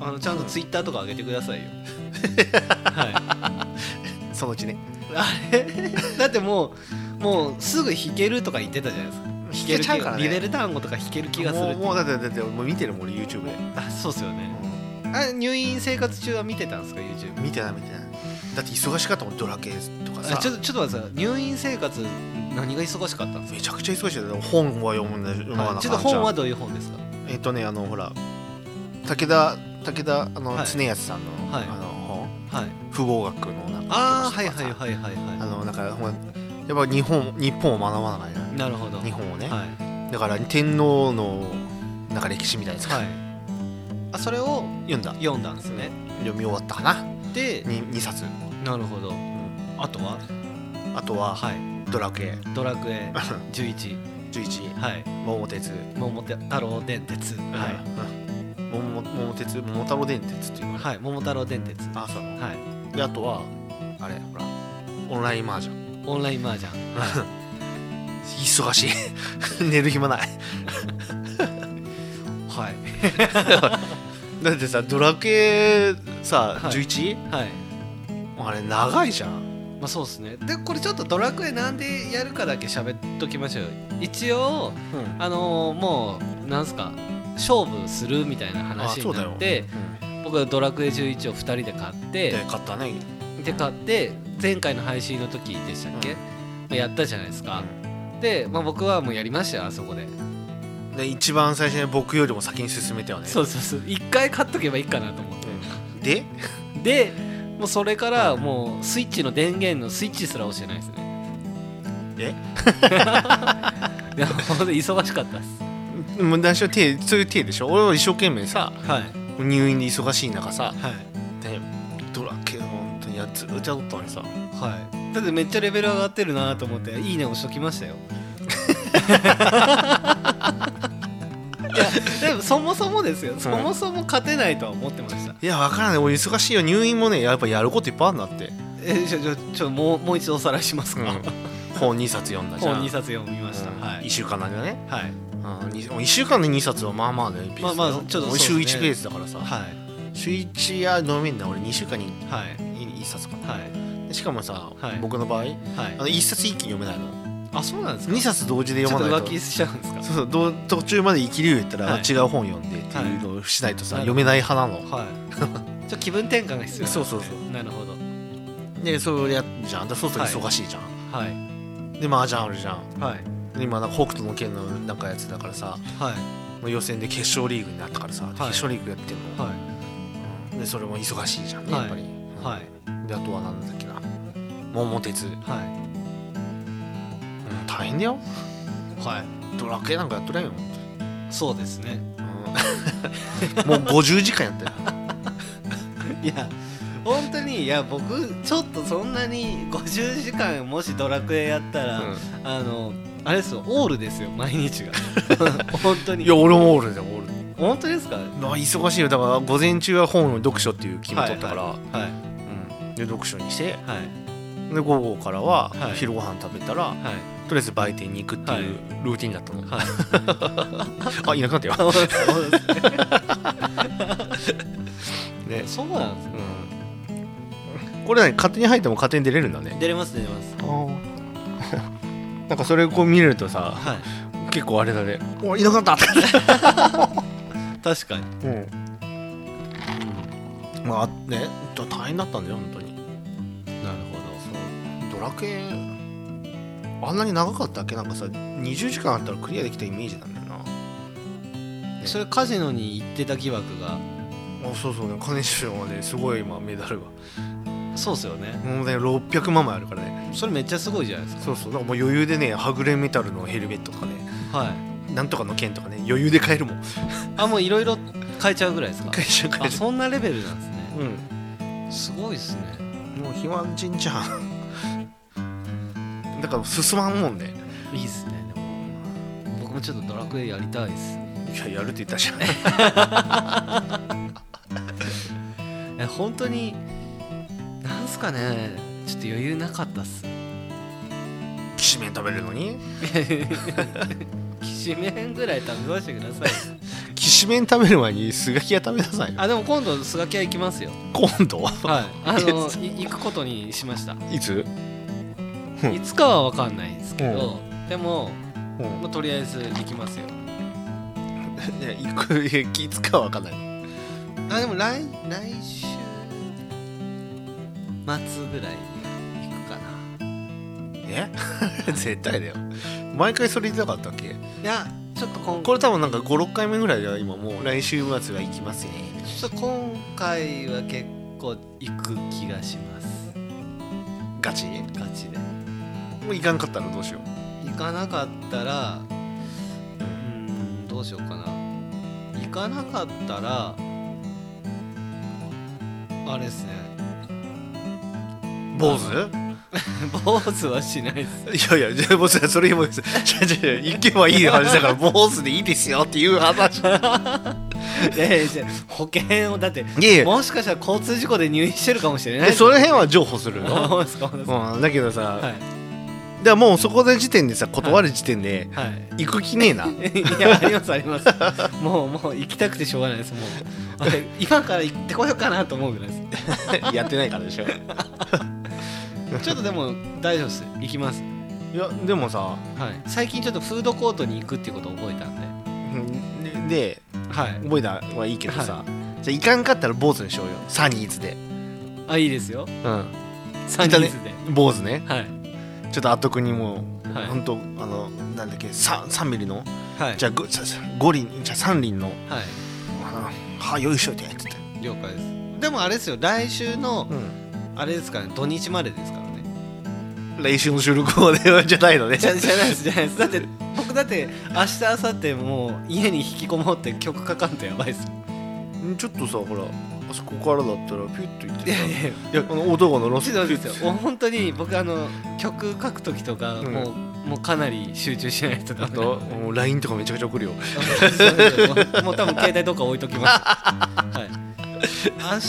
Speaker 2: あのちゃんとツイッターとか上げてくだ さいよはい
Speaker 3: そのうちね
Speaker 2: あれだってもうもうすぐ弾けるとか言ってたじゃないですか
Speaker 3: 弾
Speaker 2: 弾け
Speaker 3: け
Speaker 2: る
Speaker 3: ちゃうからね
Speaker 2: リベル単語とか弾ける気がする
Speaker 3: も
Speaker 2: っ
Speaker 3: う
Speaker 2: て
Speaker 3: もうだってだってもう見てるもん俺 YouTube で、
Speaker 2: あそうっすよねあ入院生活中は見てたんですか YouTube
Speaker 3: 見てない見てないだって忙しかったもんドラケーとかさ
Speaker 2: あちょっとちょっと待ってください入院生活何が忙しかったんです
Speaker 3: め
Speaker 2: か
Speaker 3: ちゃくちゃ忙しいよ本は読むんだよ読まな
Speaker 2: は
Speaker 3: あ
Speaker 2: いち
Speaker 3: か
Speaker 2: ょ
Speaker 3: ん
Speaker 2: っと
Speaker 3: じゃ
Speaker 2: 本
Speaker 3: ん
Speaker 2: はどういう本ですか
Speaker 3: えっ、とねあのほら武田武田あの、
Speaker 2: はい
Speaker 3: 常康さんの、
Speaker 2: はい
Speaker 3: あの本
Speaker 2: はい
Speaker 3: 富豪学のなんか
Speaker 2: ああは
Speaker 3: 教
Speaker 2: い
Speaker 3: 科書とか
Speaker 2: はい
Speaker 3: さ
Speaker 2: はいはい
Speaker 3: あ
Speaker 2: は
Speaker 3: のなんかほんやっぱ日本日本を学ばなきゃいけない
Speaker 2: いなるほど
Speaker 3: 日本をね、
Speaker 2: はい
Speaker 3: だから天皇のなんか歴史みたいなやつ、
Speaker 2: はいあそれを
Speaker 3: 読んだ
Speaker 2: 読んだんですね
Speaker 3: 読み終わったかな
Speaker 2: で
Speaker 3: 2, 二冊
Speaker 2: なるほどあとは
Speaker 3: あとは、
Speaker 2: はい
Speaker 3: ドラケ
Speaker 2: 「
Speaker 3: ー
Speaker 2: ドラク エ11」
Speaker 3: 11
Speaker 2: はい
Speaker 3: 桃鉄
Speaker 2: 「桃太郎電鉄」は
Speaker 3: はい、うん、桃桃鉄桃太郎電鉄っていう
Speaker 2: い「
Speaker 3: の
Speaker 2: はい、桃太郎電鉄」
Speaker 3: あそう
Speaker 2: はい
Speaker 3: であとはあれほらオンライン麻雀
Speaker 2: オンライン麻雀
Speaker 3: 忙しい 寝る暇ない
Speaker 2: はい
Speaker 3: だってさドラケー
Speaker 2: は
Speaker 3: さ、
Speaker 2: い
Speaker 3: 11?
Speaker 2: はい
Speaker 3: あれ長いじゃん
Speaker 2: まあそうですねでこれちょっと「ドラクエ」なんでやるかだけ喋っときましょうよ一応
Speaker 3: うん
Speaker 2: あのーもうなんすか勝負するみたいな話になって僕は「ドラクエ11」を2人で買って
Speaker 3: で買ったね
Speaker 2: で買って前回の配信の時でしたっけ、
Speaker 3: うん
Speaker 2: まあやったじゃないですか、で、まあ、僕はもうやりましたよあそこで、
Speaker 3: で一番最初に僕よりも先に進めたよね
Speaker 2: そうそうそう一回買っとけばいいかなと思っ
Speaker 3: うんで
Speaker 2: てでもうそれからもうスイッチの電源のスイッチすら押してないです ね
Speaker 3: え
Speaker 2: いやほんと忙しかったです
Speaker 3: もう最初手そういう手でしょ俺は一生懸命さ
Speaker 2: はい
Speaker 3: 入院で忙しい中さ
Speaker 2: はい
Speaker 3: でドラケー本当にやっずっとやっとったのにさ
Speaker 2: はいだってめっちゃレベル上がってるなと思って「いいね」押しときま したよいやでもそもそもですよそもそも勝てないとは思ってました
Speaker 3: いやわからない俺忙しいよ入院もねやっぱやることいっぱいあるんだって、
Speaker 2: えちょちょちょもうもう一度おさらいしますか、
Speaker 3: 本2冊読んだじゃ ん
Speaker 2: 本2冊読みました、
Speaker 3: うん
Speaker 2: はい
Speaker 3: 1、週間だけどね
Speaker 2: はい
Speaker 3: 1週間で2冊はまあまあね
Speaker 2: まあまあちょっとそうです
Speaker 3: 週
Speaker 2: ね
Speaker 3: 1ペースだからさ、
Speaker 2: はい
Speaker 3: 週1や飲めんだ俺2週間に
Speaker 2: はい
Speaker 3: 1冊かな、
Speaker 2: はい
Speaker 3: しかもさ、
Speaker 2: はい
Speaker 3: 僕の場合あ
Speaker 2: はい
Speaker 3: の1冊一気に読めないの
Speaker 2: あそうなんですか
Speaker 3: 2冊同時で
Speaker 2: ちょっと
Speaker 3: 読まな
Speaker 2: 浮
Speaker 3: いと
Speaker 2: 気しちゃうんです
Speaker 3: そうそうどう途中まで生きるよ言ったら、
Speaker 2: はい
Speaker 3: 違う本読んでっていうのをしないとさ、
Speaker 2: はい
Speaker 3: 読めない派なの、
Speaker 2: かはいちょっと気分転換が必要なんですね
Speaker 3: そうそうそう
Speaker 2: なるほど
Speaker 3: でそれやるじゃんでそうすると忙しいじゃん、
Speaker 2: はい
Speaker 3: で麻雀あるじゃん
Speaker 2: はい
Speaker 3: で今なんか北斗の拳のなんかやつだからさ
Speaker 2: はい
Speaker 3: 予選で決勝リーグになったからさ、決勝リーグやってんの、
Speaker 2: は
Speaker 3: でそれも忙しいじゃんね、
Speaker 2: はい
Speaker 3: やっぱり、
Speaker 2: いはい
Speaker 3: であとはなんだっけな桃鉄、うん、
Speaker 2: は
Speaker 3: 大変だよ
Speaker 2: いはい
Speaker 3: ドラクエなんかやっとれんよ、
Speaker 2: そうですね
Speaker 3: う んもう50時間やったよ
Speaker 2: いや本当にいや僕ちょっとそんなに50時間もしドラクエやったら、あのあれですよオールですよ毎 日が本当に
Speaker 3: いや俺もオールだよオール
Speaker 2: 本当ですか
Speaker 3: まあ忙しいよだから午前中は本の読書っていう決めとったから、
Speaker 2: はいはい
Speaker 3: うん、で読書にして
Speaker 2: はい
Speaker 3: で午後からは
Speaker 2: はい
Speaker 3: 昼ご飯食べたら、
Speaker 2: はい
Speaker 3: とりあえず売店に行くっていうルーティンだったの、
Speaker 2: はい
Speaker 3: あいなくなったよ、
Speaker 2: そうですね
Speaker 3: ね
Speaker 2: そうなんです
Speaker 3: うん、これ何勝手に入っても勝手に出れるんだね
Speaker 2: 出れます出れます
Speaker 3: あ なんかそれこう見れるとさ
Speaker 2: はい
Speaker 3: 結構あれだねおいなくなった、
Speaker 2: 確かに
Speaker 3: うんまあね大変だったんだよ本当に
Speaker 2: なるほど
Speaker 3: ドラクエあんなに長かったっけなんかさ20時間あったらクリアできたイメージなんだよな
Speaker 2: それカジノに行ってた疑惑が
Speaker 3: あそうそうね金賞まですごい今メダルが
Speaker 2: そうっすよね
Speaker 3: もうね600万枚あるからね
Speaker 2: それめっちゃすごいじゃないです
Speaker 3: そうそうなんかもう余裕でねはぐれメタルのヘルメットとかね
Speaker 2: かはい
Speaker 3: なんとかの剣とかね余裕で買えるもん
Speaker 2: あもういろいろ変えちゃうぐらいですか
Speaker 3: 会社買え
Speaker 2: あ
Speaker 3: る
Speaker 2: そんなレベルなんですね
Speaker 3: う
Speaker 2: すごいっすね
Speaker 3: んもう暇人じゃん だから進まんもんね
Speaker 2: いいっすねでも僕もちょっとドラクエやりたいっす
Speaker 3: いややるって言ったじゃん
Speaker 2: え本当になんすかねちょっと余裕なかったっす
Speaker 3: きしめん食べるのに
Speaker 2: きしめんぐらい食べさせてください
Speaker 3: きしめん食べる前にすがき屋食べなさい よ
Speaker 2: あでも今度スガキ屋行きますよ
Speaker 3: 今度は
Speaker 2: はいあのい行くことにしました
Speaker 3: いつ
Speaker 2: いつかは分かんないですけどでも、
Speaker 3: うん
Speaker 2: まあ、とりあえず行きますよ
Speaker 3: いや行くいやいつかは分かんない
Speaker 2: あでも来来週末ぐらいに行くかな
Speaker 3: え 絶対だよ毎回それ言いたかったっけ
Speaker 2: いやちょっと今
Speaker 3: これ多分なんか56回目ぐらいでは今もう来週末は行きますね
Speaker 2: ちょっと今回は結構行く気がします
Speaker 3: ガチも
Speaker 2: ガチで
Speaker 3: う行かんかったらどうしよう
Speaker 2: 行かなかったらうーんどうしようかな行かなかったらあれですね
Speaker 3: 坊主
Speaker 2: 坊主はしないです
Speaker 3: いやいやじゃあ坊主それもです違う違う違う行けばいい話 だから坊主でいいですよっていう話い
Speaker 2: いやいやいや保険をだって
Speaker 3: やいや
Speaker 2: もしかしたら交通事故で入院してるかもしれない
Speaker 3: えその 辺は譲歩する
Speaker 2: あ
Speaker 3: よ
Speaker 2: ほんですかほんですか
Speaker 3: うん、だけどさ、
Speaker 2: はい
Speaker 3: だからもうそこの時点でさ断る時点で
Speaker 2: はい
Speaker 3: 行く気ね えな、
Speaker 2: いやありますありますもうもう行きたくてしょうがないですもうあれ今から行ってこようかなと思うぐらいです
Speaker 3: やってないからでしょ
Speaker 2: ちょっとでも大丈夫です行きます
Speaker 3: いやでもさ
Speaker 2: はい、最近ちょっとフードコートに行くっていうことを覚えたんで、
Speaker 3: うんで
Speaker 2: はい、
Speaker 3: 覚えたはいいけどさ、じゃあ行かんかったら坊主にしようよサニーズで
Speaker 2: あいいですよ
Speaker 3: うん
Speaker 2: サニーズで、
Speaker 3: 坊主ね
Speaker 2: はい
Speaker 3: ちょっと後にもう、
Speaker 2: はい
Speaker 3: ほんとあのなんだっけ 3, 3ミリの
Speaker 2: はい
Speaker 3: じゃあごじゃあ五輪じゃあ3輪の
Speaker 2: はい
Speaker 3: あの歯用意しといてっつって、
Speaker 2: 了解ですでもあれですよ来週の
Speaker 3: うん、
Speaker 2: あれですからね土日までですからね
Speaker 3: 来週の収録までじゃないのね
Speaker 2: じゃじゃないですじゃない ですだって僕だって明日明後日もう家に引きこもって曲かかんとやばいっす
Speaker 3: ちょっとさほらあそこからだったらピュッといって
Speaker 2: い
Speaker 3: さ
Speaker 2: やいやいや
Speaker 3: いやこの男のロ
Speaker 2: ち
Speaker 3: ス
Speaker 2: ょっと待ってください本当に僕あの曲書く時とか
Speaker 3: うん
Speaker 2: もう,、もうかなり集中しないとダ
Speaker 3: あ
Speaker 2: メな
Speaker 3: と
Speaker 2: んで
Speaker 3: もう LINE とかめちゃくちゃ送るよ
Speaker 2: もうもう多分携帯どっか置いときます。はい。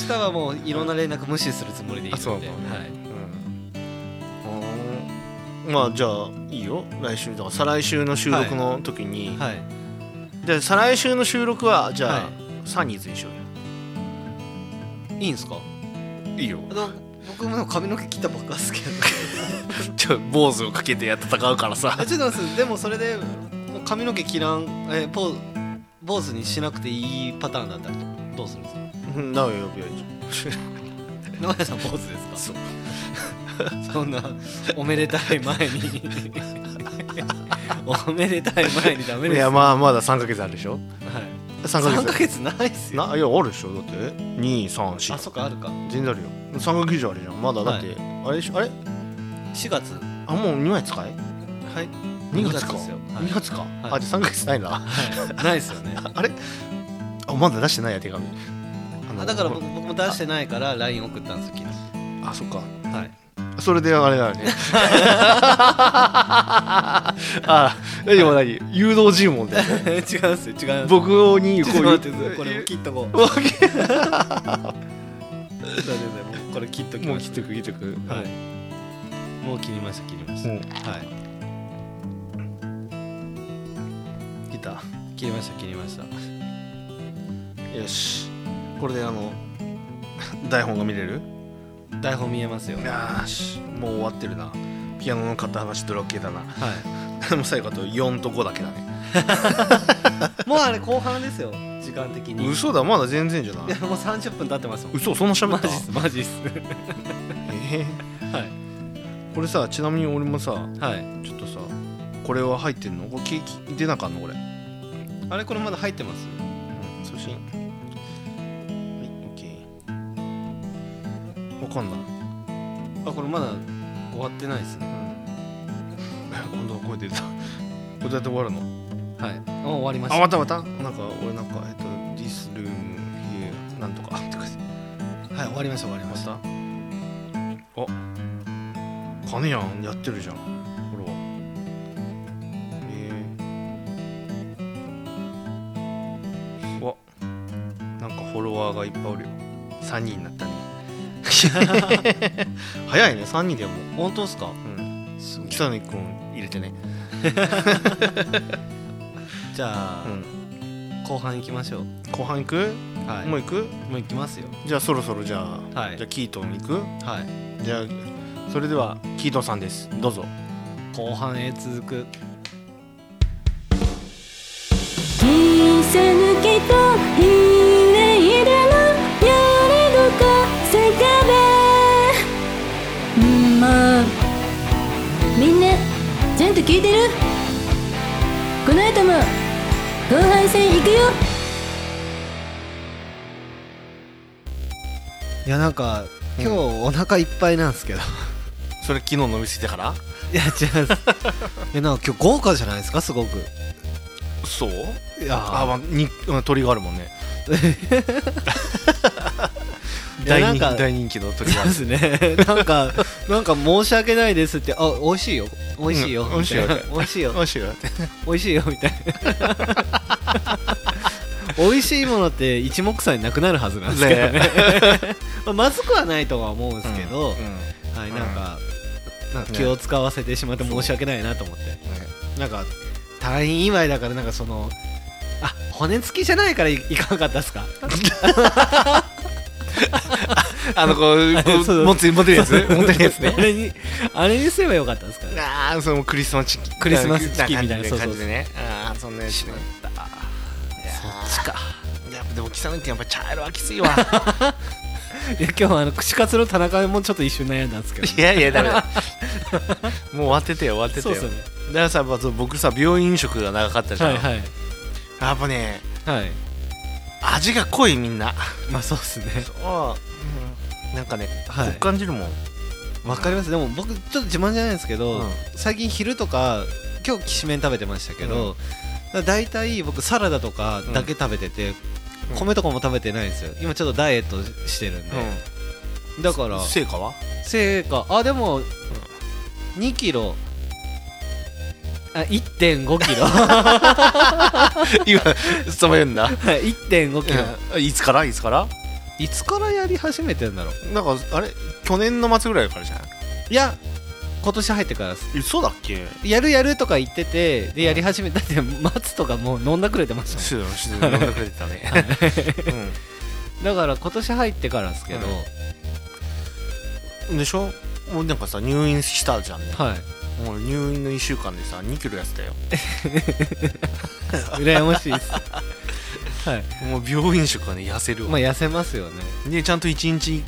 Speaker 2: 明日はもういろんな連絡無視するつもりでいい
Speaker 3: あそ
Speaker 2: の
Speaker 3: う
Speaker 2: で、はい。
Speaker 3: うん、まあじゃあいいよ来週だから再来週の収録の時に、
Speaker 2: はい。
Speaker 3: で再来週の収録はじゃあ、
Speaker 2: は
Speaker 3: サニーズにしよう
Speaker 2: いいんですか？
Speaker 3: よいいよ
Speaker 2: あの僕も髪の毛切ったばっかですけど。
Speaker 3: ちょ坊主をかけてやって戦うからさ
Speaker 2: えちょっと待ってくださいでもそれでもう髪の毛切らんえーポー坊主にしなくていいパターンだったらどうするんですか？
Speaker 3: うん なおよびよいし
Speaker 2: 野谷さん坊主ですか？
Speaker 3: ょそう
Speaker 2: そんなおめでたい前 におめでたい前にダメです
Speaker 3: い
Speaker 2: よ。
Speaker 3: や
Speaker 2: は
Speaker 3: まあまだ3ヶ月あるでしょ
Speaker 2: い。
Speaker 3: 3
Speaker 2: 3
Speaker 3: ヶ
Speaker 2: ヶ
Speaker 3: 月
Speaker 2: 月ないっすよ。
Speaker 3: ないやあるでしょだって
Speaker 2: あ
Speaker 3: 234
Speaker 2: そっかあるか。
Speaker 3: 全然あるよ3ヶ月以上あるじゃんまだだって、あれでしょあれ
Speaker 2: 4月。
Speaker 3: あもう2枚使い
Speaker 2: はい。
Speaker 3: 2月
Speaker 2: 二月
Speaker 3: か
Speaker 2: ですよはい
Speaker 3: 2月か、
Speaker 2: い
Speaker 3: あじゃあ3ヶ月ないな
Speaker 2: はい、ないですよね
Speaker 3: あれあまだ出してないや手紙あの
Speaker 2: あだから僕僕も出してないから LINE 送ったんですよ昨日
Speaker 3: あそっか
Speaker 2: はい
Speaker 3: それであれだよねあでも何誘導尋問だ よね
Speaker 2: 違うんですよ違うんですよ
Speaker 3: 僕に
Speaker 2: ちょっと
Speaker 3: こう
Speaker 2: 待っ
Speaker 3: 言
Speaker 2: てくださいこれも切っとこう
Speaker 3: わけ
Speaker 2: 大丈夫だよもうこれ切っとき
Speaker 3: もう
Speaker 2: ます
Speaker 3: 切ってく切ってく
Speaker 2: はいもう切りました切りました、
Speaker 3: うん
Speaker 2: はい切った切りました切りました
Speaker 3: よしこれであの台本が見れる
Speaker 2: 台本見えますよはい
Speaker 3: よーしもう終わってるなピアノの片話ドロッケだな もう最後あと4と5だけだね
Speaker 2: もうあれ後半ですよ時間的に
Speaker 3: 嘘だまだ全然じゃ
Speaker 2: い
Speaker 3: な
Speaker 2: や
Speaker 3: い
Speaker 2: もう30分経ってますもん
Speaker 3: 嘘そんな喋
Speaker 2: マ
Speaker 3: っ
Speaker 2: ジ
Speaker 3: た
Speaker 2: っすマジっす
Speaker 3: え
Speaker 2: はい
Speaker 3: ーこれさちなみに俺もさ
Speaker 2: はい
Speaker 3: ちょっとさこれは入ってんのこれきき出なかんのこれ
Speaker 2: あれこれまだ入ってます
Speaker 3: 送信はいオッケーわかんない、
Speaker 2: あこれまだ終わってないですね
Speaker 3: 今度は声出たこれだって終わるの
Speaker 2: はいあ終わりま
Speaker 3: あ
Speaker 2: し
Speaker 3: 終
Speaker 2: た
Speaker 3: わった終わったなんか俺なんかえっと「This room here なんとか」って書いて
Speaker 2: はい終わりました終わりました
Speaker 3: またあ金やんやってるじゃんほらえー、うわなんかフォロワーがいっぱいおるよ3人になったね早いね3人でも
Speaker 2: 本当ですか
Speaker 3: うん
Speaker 2: すごい
Speaker 3: 北野君入れてね
Speaker 2: じゃあ、
Speaker 3: うん
Speaker 2: 後半行きましょう
Speaker 3: 後半行く、
Speaker 2: はい
Speaker 3: も
Speaker 2: も
Speaker 3: う行く
Speaker 2: う行きますよ
Speaker 3: じゃあそろそろじゃあ、
Speaker 2: はい
Speaker 3: じゃあキートン行く
Speaker 2: はい
Speaker 3: じゃあそれではキートンさんですどうぞ
Speaker 2: 後半へ続く
Speaker 5: 「切り抜けたいないだのやれどこせかべ」んーもうみんなちゃんと聞いてるこの後も後半戦行くよ
Speaker 2: いやなんか今日お腹いっぱいなんですけど
Speaker 3: それ昨日飲みすぎてから
Speaker 2: いや違うんです えなんか今日豪華じゃないですかすごく
Speaker 3: そう
Speaker 2: いや
Speaker 3: あ、まあ、に鳥があるも んね
Speaker 2: いや
Speaker 3: 大
Speaker 2: なん
Speaker 3: 人
Speaker 2: か
Speaker 3: 気大人気の鳥
Speaker 2: そ
Speaker 3: が
Speaker 2: うで
Speaker 3: あ る
Speaker 2: すねなんかなんか申し訳ないですってあ美味しいよ美味しいよ、
Speaker 3: うん
Speaker 2: みたな
Speaker 3: 美味しいよ
Speaker 2: 美味しいよ
Speaker 3: 美味しいよ
Speaker 2: 美味しいよみたいな美味しいものって一目散になくなるはずなんですけどね まあまずくはないとは思うんですけど、
Speaker 3: うんうん
Speaker 2: はい
Speaker 3: うん
Speaker 2: なんか,、なんか
Speaker 3: ね
Speaker 2: 気を使わせてしまって申し訳ないなと思って、なんか退院祝いだからなんかそのあ骨付きじゃないからいいかなかったですか
Speaker 3: あのこ う
Speaker 2: そうそう
Speaker 3: こう持って持ってるやつ 持ってるやつ
Speaker 2: あ
Speaker 3: ね
Speaker 2: れにあれにすればよかったですかね
Speaker 3: ああそのクリスマスチキン
Speaker 2: クリスマスチキンみたいなそうそう
Speaker 3: 感じでねああそんなやつね
Speaker 2: そっちか
Speaker 3: いやでも北野君やっぱ茶色はきつ いわ
Speaker 2: いや今日はあの串カツの田中もちょっと一瞬悩んだんです けど
Speaker 3: いやいやダメだ もう終わっててよ終わってて
Speaker 2: そうっ
Speaker 3: よ
Speaker 2: すよね
Speaker 3: だからさやっぱそう僕さ病院食が長かったじゃん、
Speaker 2: はいはい
Speaker 3: やっぱね
Speaker 2: はい
Speaker 3: 味が濃いみんな
Speaker 2: まあそうっすね
Speaker 3: そう、なんかね、
Speaker 2: はい
Speaker 3: こっ感じるもん
Speaker 2: わかりますでも僕ちょっと自慢じゃないですけど、
Speaker 3: うん
Speaker 2: 最近昼とか今日きしめん食べてましたけど、だだいたい僕サラダとかだけ食べてて、
Speaker 3: うん
Speaker 2: 米とかも食べてないんですよ今ちょっとダイエットしてるんで、だから
Speaker 3: 成果は
Speaker 2: 成果あでも2キロあ1.5キ ロ
Speaker 3: 今勤めるんだ
Speaker 2: 1.5キロ、
Speaker 3: いつからいつから
Speaker 2: いつからやり始めてんだろう
Speaker 3: なんかあれ去年の末ぐらいからじゃない
Speaker 2: いや今年入ってからっす
Speaker 3: えそうだっけ
Speaker 2: やるやるとか言っててでやり始めたって松とかもう飲んだくれてましたもん
Speaker 3: そうだそうだ飲んでくれてた ね、
Speaker 2: だから今年入ってからですけど、
Speaker 3: はうん、でしょもうなんかさ入院したじゃんね
Speaker 2: はい
Speaker 3: もう入院の1週間でさ2キロ痩せたよ
Speaker 2: 羨ましいですはい
Speaker 3: もう病院食はね痩せるわ、
Speaker 2: まあ痩せますよね
Speaker 3: でちゃんと1日1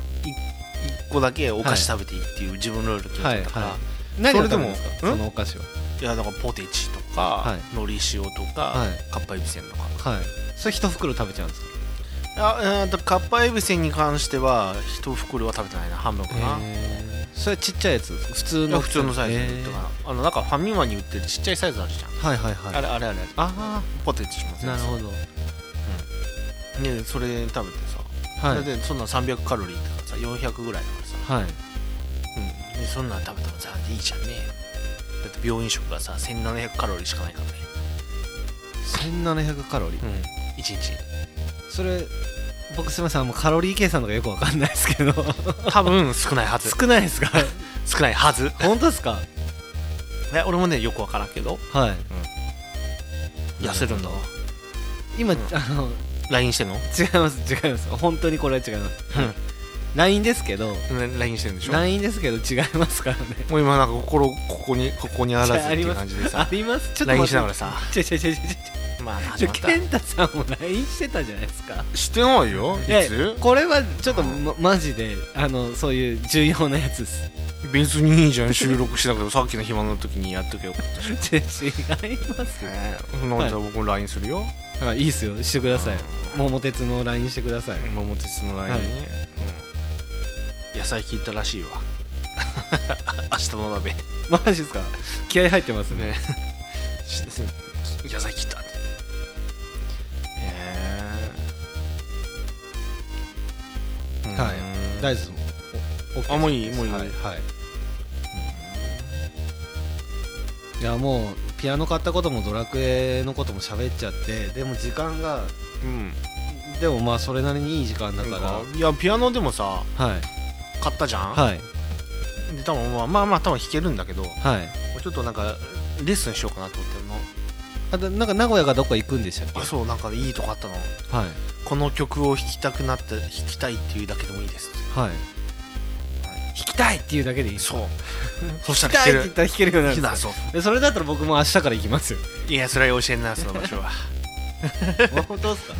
Speaker 3: 個だけお菓子食べていいっていう自分のルール決めてたから、
Speaker 2: はいは何を
Speaker 3: それで
Speaker 2: 食べる
Speaker 3: も
Speaker 2: んですかそ
Speaker 3: ん
Speaker 2: のお菓子はい
Speaker 3: やだからポテチとか、
Speaker 2: はい
Speaker 3: 海苔塩とか、
Speaker 2: はい
Speaker 3: かっぱえびせんとか
Speaker 2: はいそれ一袋食べちゃうんですか
Speaker 3: あえーとかっぱえびせんに関しては一袋は食べてないな半分かな、
Speaker 2: それちっちゃいやつ普通
Speaker 3: い
Speaker 2: の
Speaker 3: や普通のサイ
Speaker 2: へ
Speaker 3: ズで
Speaker 2: ー
Speaker 3: とか、あのなんかファミマに売ってるちっちゃいサイズあるじゃん、
Speaker 2: はいはいはい
Speaker 3: あれあれあれあれ
Speaker 2: あ
Speaker 3: ポテチします
Speaker 2: あなるほど
Speaker 3: どねそれ食べてさ、
Speaker 2: はい
Speaker 3: それでそんな300カロリーだからさ400ぐらいだからさ、
Speaker 2: はい
Speaker 3: でそんなん食べてもさいいじゃんねだって病院食がさ1700カロリーしかないからね
Speaker 2: 1700カロリー
Speaker 3: うん1日
Speaker 2: それ僕すみませんもうカロリー計算とかよくわかんないですけど
Speaker 3: 多分 少ないはず
Speaker 2: 少ないですか
Speaker 3: 少ないはず
Speaker 2: 本当ですか
Speaker 3: え俺もねよくわからんけど
Speaker 2: はい
Speaker 3: 痩せるんだわ
Speaker 2: 今、
Speaker 3: うん
Speaker 2: あの
Speaker 3: LINE してんの
Speaker 2: 違います違います本当にこれは違います
Speaker 3: うん
Speaker 2: LINE ですけど
Speaker 3: ね LINE してるんでしょ
Speaker 2: LINE ですけど違いますからね
Speaker 3: もう今なんか心ここにここにあらずっていう感じで
Speaker 2: あ
Speaker 3: さ
Speaker 2: りますちょっと
Speaker 3: LINE
Speaker 2: 待
Speaker 3: し
Speaker 2: って
Speaker 3: ながらさ
Speaker 2: ちょちょちょちょちょ
Speaker 3: まあ
Speaker 2: ち
Speaker 3: 始
Speaker 2: ょ
Speaker 3: まった
Speaker 2: 健太さんも LINE してたじゃないですか
Speaker 3: してないよい
Speaker 2: や
Speaker 3: つ
Speaker 2: これはちょっと、ま、マジであのそういう重要なやつです
Speaker 3: 別にいいじゃん収録しながらさっきの暇の時にやっとけよかったし
Speaker 2: ちょ違いますよ
Speaker 3: ねそんなことは僕も LINE するよ
Speaker 2: あいいっすよしてください桃鉄の LINE してください
Speaker 3: 桃鉄の LINE に、うん野菜切ったらしいわ 明日の鍋
Speaker 2: マジですか気合入ってますね
Speaker 3: ね 野菜切ったってへえ
Speaker 2: はい
Speaker 3: うん
Speaker 2: 大豆もお OK です
Speaker 3: あもういいもういい
Speaker 2: はい、はいいやもうピアノ買ったこともドラクエのことも喋っちゃってでも時間が
Speaker 3: うん
Speaker 2: でもまあそれなりにいい時間だ
Speaker 3: だ
Speaker 2: か
Speaker 3: かららいやピアノでもさ
Speaker 2: はい
Speaker 3: 買ったじゃん、
Speaker 2: はい
Speaker 3: で多分まあまあまあ多分弾けるんだけど
Speaker 2: はい
Speaker 3: ちょっとなんかレッスンしようかなと思ってるの
Speaker 2: あとなんか名古屋かどっか行くんでしたっ
Speaker 3: あそうなんかいいとこあったの
Speaker 2: けはい
Speaker 3: この曲を弾きたくなって弾きたいっていうだけでもいいです
Speaker 2: はい
Speaker 3: は
Speaker 2: 弾きたいっていうだけでいい
Speaker 3: そうそした
Speaker 2: 弾
Speaker 3: ら
Speaker 2: き
Speaker 3: 弾
Speaker 2: たい
Speaker 3: け
Speaker 2: って言ったら弾ける
Speaker 3: る
Speaker 2: ようにな
Speaker 3: 弾
Speaker 2: るん
Speaker 3: け
Speaker 2: で
Speaker 3: た
Speaker 2: す
Speaker 3: そう
Speaker 2: えそれだったら僕も明日から行き ますよ
Speaker 3: いやそれは教えんなその場所は、
Speaker 2: 本当ですか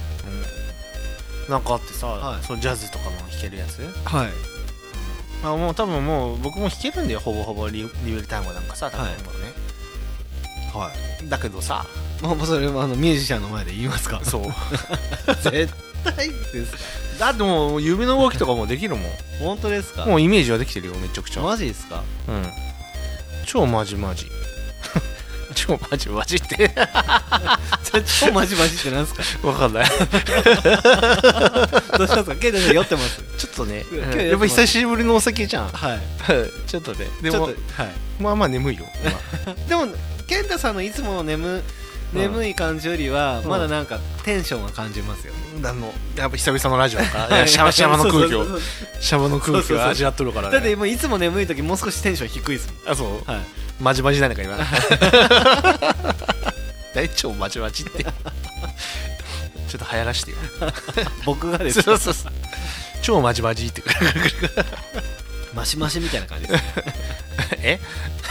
Speaker 3: うん、なんかあってさ、
Speaker 2: はい
Speaker 3: そうジャズとかも弾けるやつ
Speaker 2: はい
Speaker 3: あもう多分もう僕も弾けるんだよほぼほぼリリベルタイムなんかさ多分もうね、
Speaker 2: はい
Speaker 3: だけどさ
Speaker 2: もうそれもあのミュージシャンの前で言いますか
Speaker 3: そう
Speaker 2: 絶対ですか
Speaker 3: だってもう指の動きとかもうできるもん
Speaker 2: 本当ですか
Speaker 3: もうイメージはできてるよめちゃくちゃ
Speaker 2: マジですか
Speaker 3: うん超マジマジ 超マジマジ って
Speaker 2: ちょ超マジマジってなんですか
Speaker 3: わかんない
Speaker 2: どうしたんですかケイトさん酔ってます
Speaker 3: ちょっとね、
Speaker 2: うん
Speaker 3: うんやっぱ久しぶりのお酒じゃん
Speaker 2: はい
Speaker 3: ちょっとねで
Speaker 2: でもは
Speaker 3: も
Speaker 2: い
Speaker 3: まあまあ眠いよ、
Speaker 2: でもケンタさんのいつもの眠眠い感じよりは、
Speaker 3: うん
Speaker 2: まだなんかテンションは感じますよね、
Speaker 3: まあ、あのやっぱ久々のラジオだ からシャバシャバの空気
Speaker 2: そうそ
Speaker 3: を
Speaker 2: うそう
Speaker 3: シャバの空
Speaker 2: そ
Speaker 3: 気
Speaker 2: うそう
Speaker 3: を
Speaker 2: そう
Speaker 3: 味わっとるからね
Speaker 2: だってもういつも眠い時もう少しテンション低いですも
Speaker 3: あそう、
Speaker 2: んはい
Speaker 3: マジマジなの か今大腸マジマジってちょっと流行らしてよ
Speaker 2: 僕がです
Speaker 3: そ
Speaker 2: ね
Speaker 3: うそうそう超マジマジってくる
Speaker 2: マシマシみたいな感じですね
Speaker 3: え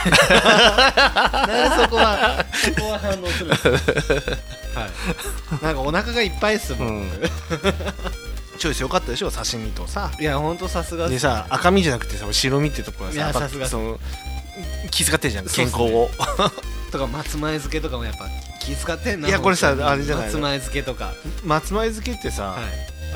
Speaker 2: なんでそこはそこは反応するんですか はいなんかお腹がいっぱいっすもん、
Speaker 3: うんチョイスよかったでしょ刺身とさ
Speaker 2: いやほんとさすがっす
Speaker 3: でさ赤身じゃなくてさ白身ってところはい
Speaker 2: や
Speaker 3: さ
Speaker 2: さ
Speaker 3: やっ
Speaker 2: すが
Speaker 3: ぱその気遣ってるじゃん
Speaker 2: そう
Speaker 3: 健
Speaker 2: っす
Speaker 3: 康
Speaker 2: ね
Speaker 3: を
Speaker 2: とか松前漬けとかもやっぱ気使ってんない
Speaker 3: やこれさあれじゃない
Speaker 2: 松前漬けとか
Speaker 3: 松前漬けってさ、
Speaker 2: はい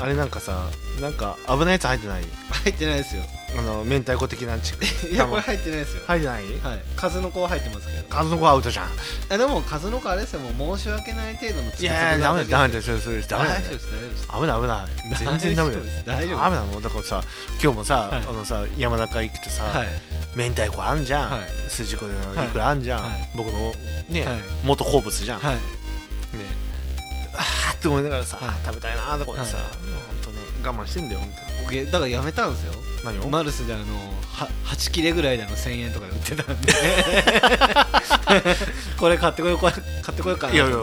Speaker 3: あれなんかさなんか危ないやつ入ってない
Speaker 2: 入ってないですよ
Speaker 3: あの明太子的な チ
Speaker 2: いやこれ入ってないですよ
Speaker 3: 入ってない
Speaker 2: はい数の子は入ってますけど
Speaker 3: あの子アウトじゃん
Speaker 2: あでも数の子あれですよもう申し訳ない程度の
Speaker 3: いやダメだダメだそれそれダメだ
Speaker 2: 大丈夫です大丈夫です
Speaker 3: 危ない危ない全然ダメ
Speaker 2: 大丈夫です大
Speaker 3: だよ
Speaker 2: 丈夫です
Speaker 3: ダメなのだからさ今日もさ、
Speaker 2: はい
Speaker 3: あのさ山中行くとさ、
Speaker 2: はい
Speaker 3: 明太子あんじゃん、
Speaker 2: はい
Speaker 3: 筋子でいくらあんじゃん、
Speaker 2: はい
Speaker 3: 僕のね、
Speaker 2: はい
Speaker 3: 元好物じゃん、
Speaker 2: はい
Speaker 3: ねあーって思いながらさ、
Speaker 2: はい
Speaker 3: 食べたいなーとかでさ、
Speaker 2: は
Speaker 3: ほんとね我慢してんだよほんと
Speaker 2: 僕だからやめたんですよ
Speaker 3: 何を
Speaker 2: マルスであのは8切れぐらいであの1000円とかで売ってたん でこれ買ってこようこれ買ってこようかない
Speaker 3: やいや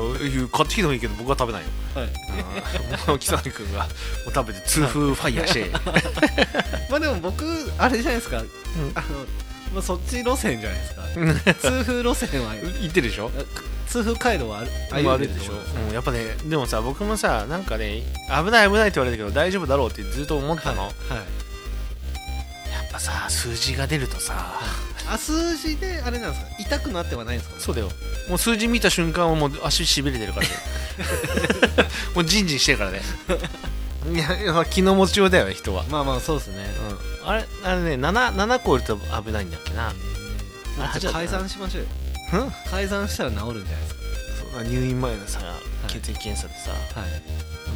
Speaker 3: 買ってきてもいいけど僕は食べないよ
Speaker 2: はい
Speaker 3: もう木崎君がもう食べて痛風ファイヤ ーして、
Speaker 2: まあでも僕あれじゃないですか、 あのまあ、そっち路線じゃないですか痛風路線は
Speaker 3: 言ってるでしょ
Speaker 2: 痛風街道はある
Speaker 3: 歩いてるでしょ、うん、やっぱねでもさ僕もさなんかね危ない危ないって言われたけど大丈夫だろうってずっと思ってた
Speaker 2: はい、
Speaker 3: の、
Speaker 2: はい、
Speaker 3: やっぱさ数字が出るとさ
Speaker 2: あ数字であれなんですか痛くなってはないんですか
Speaker 3: そうだよもう数字見た瞬間はもう足しびれてるから ねもうジンジンしてるからねいやいや気の持ちようだよね人は、
Speaker 2: まあまあそうですね
Speaker 3: うん、あれあれね 7, 7個いると危ないんだっけな
Speaker 2: えー
Speaker 3: あ
Speaker 2: じゃあ解散しましょうよ
Speaker 3: うん
Speaker 2: 解散したら治るんじゃないです
Speaker 3: そう入院前のさ血液検査でさ、
Speaker 2: かはい
Speaker 3: で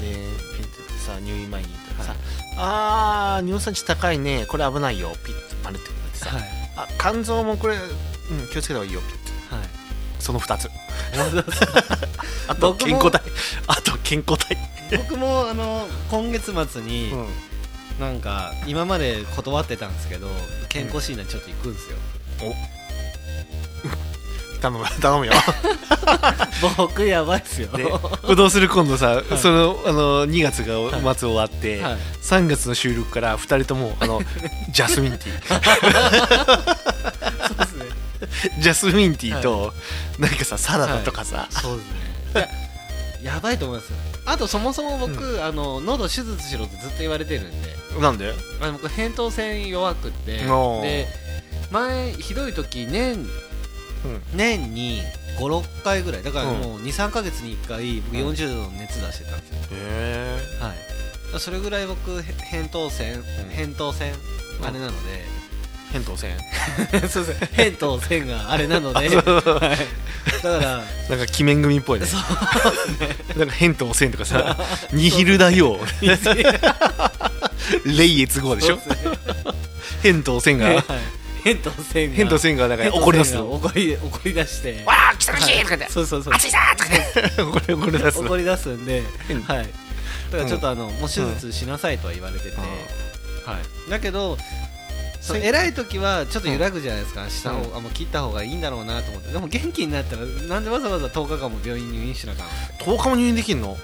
Speaker 3: ピッてやってさ入院前に行ったらさ「あー尿酸値高いねこれ危ないよ」ピッて丸ってくれてさ、
Speaker 2: はい
Speaker 3: あ肝臓もこれ、うん、気をつけた方がいいよって言って
Speaker 2: はい
Speaker 3: その2つ あと
Speaker 2: 僕も
Speaker 3: 健康体あと健康体
Speaker 2: 僕もあの今月末に、
Speaker 3: うん
Speaker 2: なんか今まで断ってたんですけど健康診断ちょっと行くんです よ、
Speaker 3: 頼む頼むよ
Speaker 2: 僕やばいっすよ
Speaker 3: で
Speaker 2: は
Speaker 3: これどうする今度さ、そのあの2月が末終わって、
Speaker 2: い
Speaker 3: 3月の収録から2人ともあのジャスミンティー
Speaker 2: そうですね
Speaker 3: ジャスミンティーと、なんかさサラダとかさ、
Speaker 2: そうですねいややばいと思いますよあとそもそも僕、あの喉手術しろってずっと言われてるんで
Speaker 3: なんで
Speaker 2: あの僕扁桃腺弱くって
Speaker 3: おー
Speaker 2: で前ひどい時年、年に56回ぐらいだからもう23か月に1回僕
Speaker 3: うん
Speaker 2: 40度の熱出してたんですよ、
Speaker 3: へ
Speaker 2: はい、それぐらい僕へ扁桃腺扁桃腺
Speaker 3: うん
Speaker 2: あれなの
Speaker 3: え扁桃腺
Speaker 2: で そうですね扁桃腺が あれなので、はい、だから
Speaker 3: なんか鬼面組っぽいねなんか扁桃腺とか さ「ニヒルだよ」「レイエツゴー」でしょ
Speaker 2: そうですね
Speaker 3: 扁桃腺が
Speaker 2: はい扁桃腺が
Speaker 3: 扁桃腺がなんか
Speaker 2: 扁桃腺が
Speaker 3: 怒り出すの
Speaker 2: 怒り怒り出して
Speaker 3: 「ああ汚いし!」とか
Speaker 2: は
Speaker 3: で
Speaker 2: いそうそうそう
Speaker 3: 「熱いさ!」とかで怒り怒り出す
Speaker 2: 怒
Speaker 3: の
Speaker 2: り出すんで、
Speaker 3: うん
Speaker 2: はい、だからちょっとあの、もう手術しなさいとは言われてて、はい、だけどそう偉い時はちょっと揺らぐじゃないですか、下をあもう切った方がいいんだろうなと思ってでも元気になったらなんでわざわざ10日間も病院入院し なあかんの
Speaker 3: 10日も入院できんの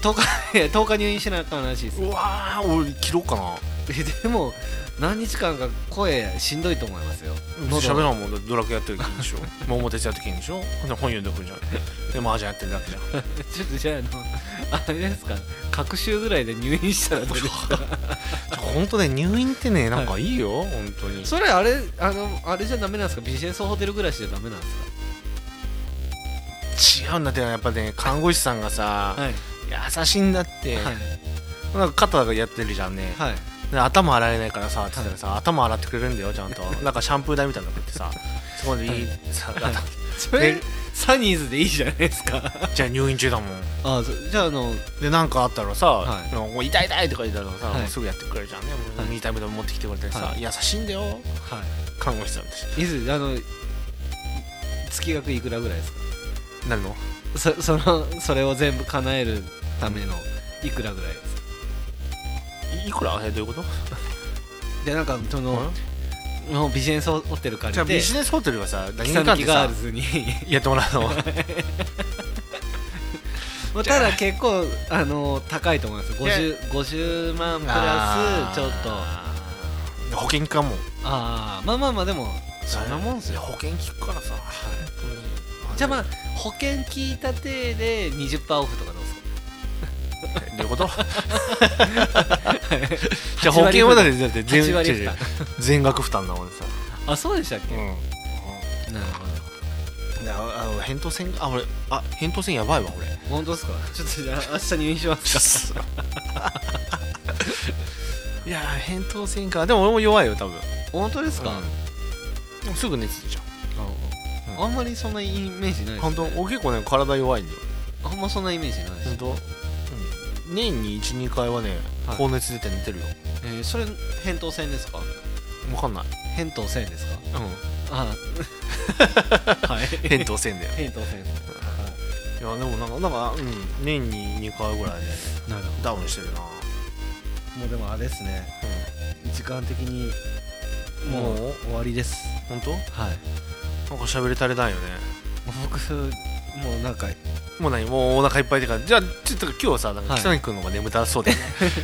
Speaker 2: 10日いや10日入院しなあかんらしいです
Speaker 3: うわー俺切ろうかな
Speaker 2: えでも何日間か声しんどいと思いますよ
Speaker 3: 喋らんもんドラクエやってる時でしょ 桃鉄やってる時でしょで本読んでくるじゃんで麻雀やってるだけじゃん
Speaker 2: ちょっとじゃああのあれですか隔週ぐらいで入院したらどうですか
Speaker 3: 本当ね入院ってねなんかいいよ本当に
Speaker 2: それあれあのあれじゃダメなんですかビジネスホテル暮らしじゃダメなんです
Speaker 3: 違うんだってやっぱね看護師さんがさ、
Speaker 2: かはい
Speaker 3: 優しいんだって、
Speaker 2: はい
Speaker 3: なんか肩がやってるじゃんね、
Speaker 2: はい
Speaker 3: で頭洗えないからさって言ったらさ、頭洗ってくれるんだよち ゃんとなんかシャンプー台みたいなの買ってさそこでいい、さ頭
Speaker 2: それ
Speaker 3: ね
Speaker 2: サニーズでいいじゃないですか
Speaker 3: じゃあ入院中だもん
Speaker 2: あそじゃああの
Speaker 3: でなんかあったらさ、
Speaker 2: はい
Speaker 3: なんかもう痛い痛いとか言ったらさ、
Speaker 2: はい
Speaker 3: もうすぐやってくれるじゃんね、
Speaker 2: は
Speaker 3: もう
Speaker 2: い
Speaker 3: いいタイムで持ってきてくれてさ、
Speaker 2: は
Speaker 3: 優しいんだよ
Speaker 2: は
Speaker 3: 看護師さんって
Speaker 2: いいずあの月額いくらぐらいですか
Speaker 3: 何の
Speaker 2: そそのそれを全部叶えるためのいくらぐらいですか
Speaker 3: いいくらえどういうこと
Speaker 2: でなんかそのもうビジネスホテル借
Speaker 3: じゃあ
Speaker 2: り
Speaker 3: ビ
Speaker 2: て
Speaker 3: ジネスホテルがさ何
Speaker 2: 北
Speaker 3: にか
Speaker 2: 抜
Speaker 3: ん
Speaker 2: き
Speaker 3: で
Speaker 2: ガ
Speaker 3: さ
Speaker 2: ールズに
Speaker 3: やってもらう の
Speaker 2: まあただ結構あの高いと思います 50, 50万プラスちょっとあ
Speaker 3: と保険かも
Speaker 2: あーまあまあまあでもそんなもんっす
Speaker 3: いや
Speaker 2: よ
Speaker 3: 保険聞くからさ、本当に
Speaker 2: じゃあま
Speaker 3: あ
Speaker 2: あ保険聞いた体で20%オフとかどうですか
Speaker 3: どういうこと じゃあ保険はだってだって全
Speaker 2: 8割負
Speaker 3: 違う違
Speaker 2: 担
Speaker 3: う全額負担なもんでさ、
Speaker 2: あそうでしたっけ、
Speaker 3: う
Speaker 2: なるほど
Speaker 3: ん、でああ扁桃腺があ俺あ扁桃腺やばいわ俺
Speaker 2: 本当ですかちょっとじゃあ明日入院しますか
Speaker 3: いやー扁桃腺かでも俺も弱いよ多分
Speaker 2: 本当ですか、
Speaker 3: うんすぐ熱出ちゃ
Speaker 2: ああんまりそんなイメージないで
Speaker 3: う
Speaker 2: す
Speaker 3: 本当俺結構ね体弱いんだよ
Speaker 2: あんまそんなイメージないです、
Speaker 3: 本当、うん、年に12回はね
Speaker 2: はい
Speaker 3: 高熱出て寝てるよ、
Speaker 2: えーそれ扁桃腺ですか
Speaker 3: わかんない、
Speaker 2: 扁桃腺ですか
Speaker 3: うん、
Speaker 2: あ はい
Speaker 3: 扁桃腺だよ
Speaker 2: 扁桃腺
Speaker 3: いやでもなんかなんか、うん、年に2回ぐらいね
Speaker 2: なるほ
Speaker 3: ダウンしてるな
Speaker 2: どもうでもあれですね時間的に
Speaker 3: も
Speaker 2: も
Speaker 3: う
Speaker 2: う終わりです
Speaker 3: 本当
Speaker 2: はい
Speaker 3: なんか喋り足りないよね
Speaker 2: 僕もうなんか
Speaker 3: もう何もうお腹いっぱいってかじゃあちょっと今日さなんか
Speaker 2: はい
Speaker 3: 北谷君の方が眠た そうで、ね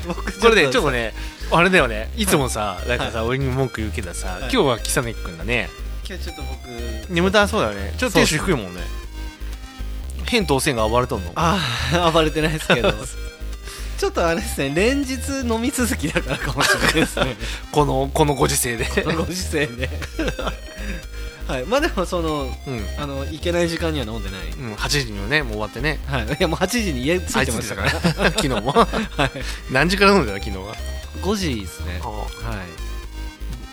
Speaker 2: 僕
Speaker 3: これねちょっとねあれだよねいつもさ、なんかさ、
Speaker 2: は
Speaker 3: 俺に文句言うけどさ、
Speaker 2: い
Speaker 3: 今日は北谷君がね
Speaker 2: 今日ちょっと僕
Speaker 3: 眠たそうだよねちょっとテンション低いもんね扁桃腺が暴れとんの
Speaker 2: ああ 暴れてないですけど ちょっとあれですね連日飲み続きだからかもしれないです ね
Speaker 3: このこのご時 世で
Speaker 2: このご時世で はいまあでもその
Speaker 3: うん、う
Speaker 2: あのいけない時間には飲んでない、
Speaker 3: ん、8時にはねもう終わってね
Speaker 2: はい、いやもう8時に家着
Speaker 3: あ
Speaker 2: い
Speaker 3: い
Speaker 2: て
Speaker 3: つ
Speaker 2: ま
Speaker 3: で
Speaker 2: し
Speaker 3: したた
Speaker 2: か
Speaker 3: からら 昨日も何時から飲んでたの昨日は
Speaker 2: 5時ですねはい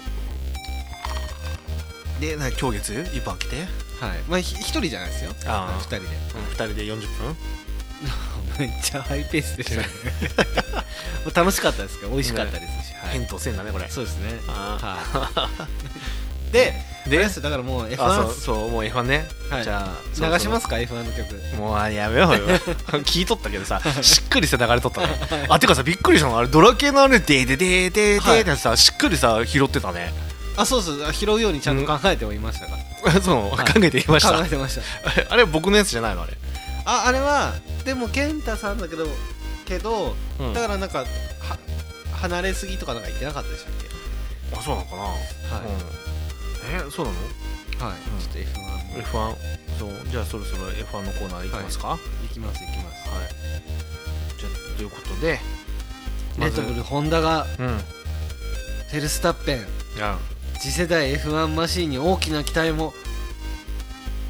Speaker 3: でなんか今日月一杯来て、
Speaker 2: はいまあひ1人じゃないですよ
Speaker 3: あー
Speaker 2: 2人で
Speaker 3: うん、2人で40分
Speaker 2: めっちゃハイペースで したねもう楽しかったですけど美味しかったですし、はい、
Speaker 3: 扁桃腺だねこれ
Speaker 2: そうですね
Speaker 3: あ
Speaker 2: はで
Speaker 3: で
Speaker 2: でだからもう F1
Speaker 3: あそうそうもう F1 ね、
Speaker 2: はい
Speaker 3: じゃあそろそろ
Speaker 2: 流しますか F1 の曲
Speaker 3: もうあやめよう よ聞いとったけどさしっくりさ流れとったねあてかさびっくりしたのあれドラ系のあれででででで
Speaker 2: はい
Speaker 3: ってさしっくりさ拾ってたね
Speaker 2: あそうそうあ拾うようにちゃんと考えておりましたから、
Speaker 3: そう
Speaker 2: は
Speaker 3: 考
Speaker 2: い
Speaker 3: えていました
Speaker 2: 考えてました
Speaker 3: あ れあれ僕のやつじゃないのあれ
Speaker 2: ああれはでも健太さんだけどけど、
Speaker 3: うん
Speaker 2: だからなんかは離れすぎとかなんか言ってなかったでしたっけ
Speaker 3: あそうなのかなはいえそうなの
Speaker 2: はい、
Speaker 3: うん
Speaker 2: ちょっと F1 も
Speaker 3: F1 そうじゃあそろそろ F1 のコーナーいきますかはい
Speaker 2: いきますいきます、
Speaker 3: じゃあということで
Speaker 2: レッドブルホンダが
Speaker 3: うんい
Speaker 2: フェルスタッペン
Speaker 3: や
Speaker 2: 次世代 F1 マシンに大きな期待も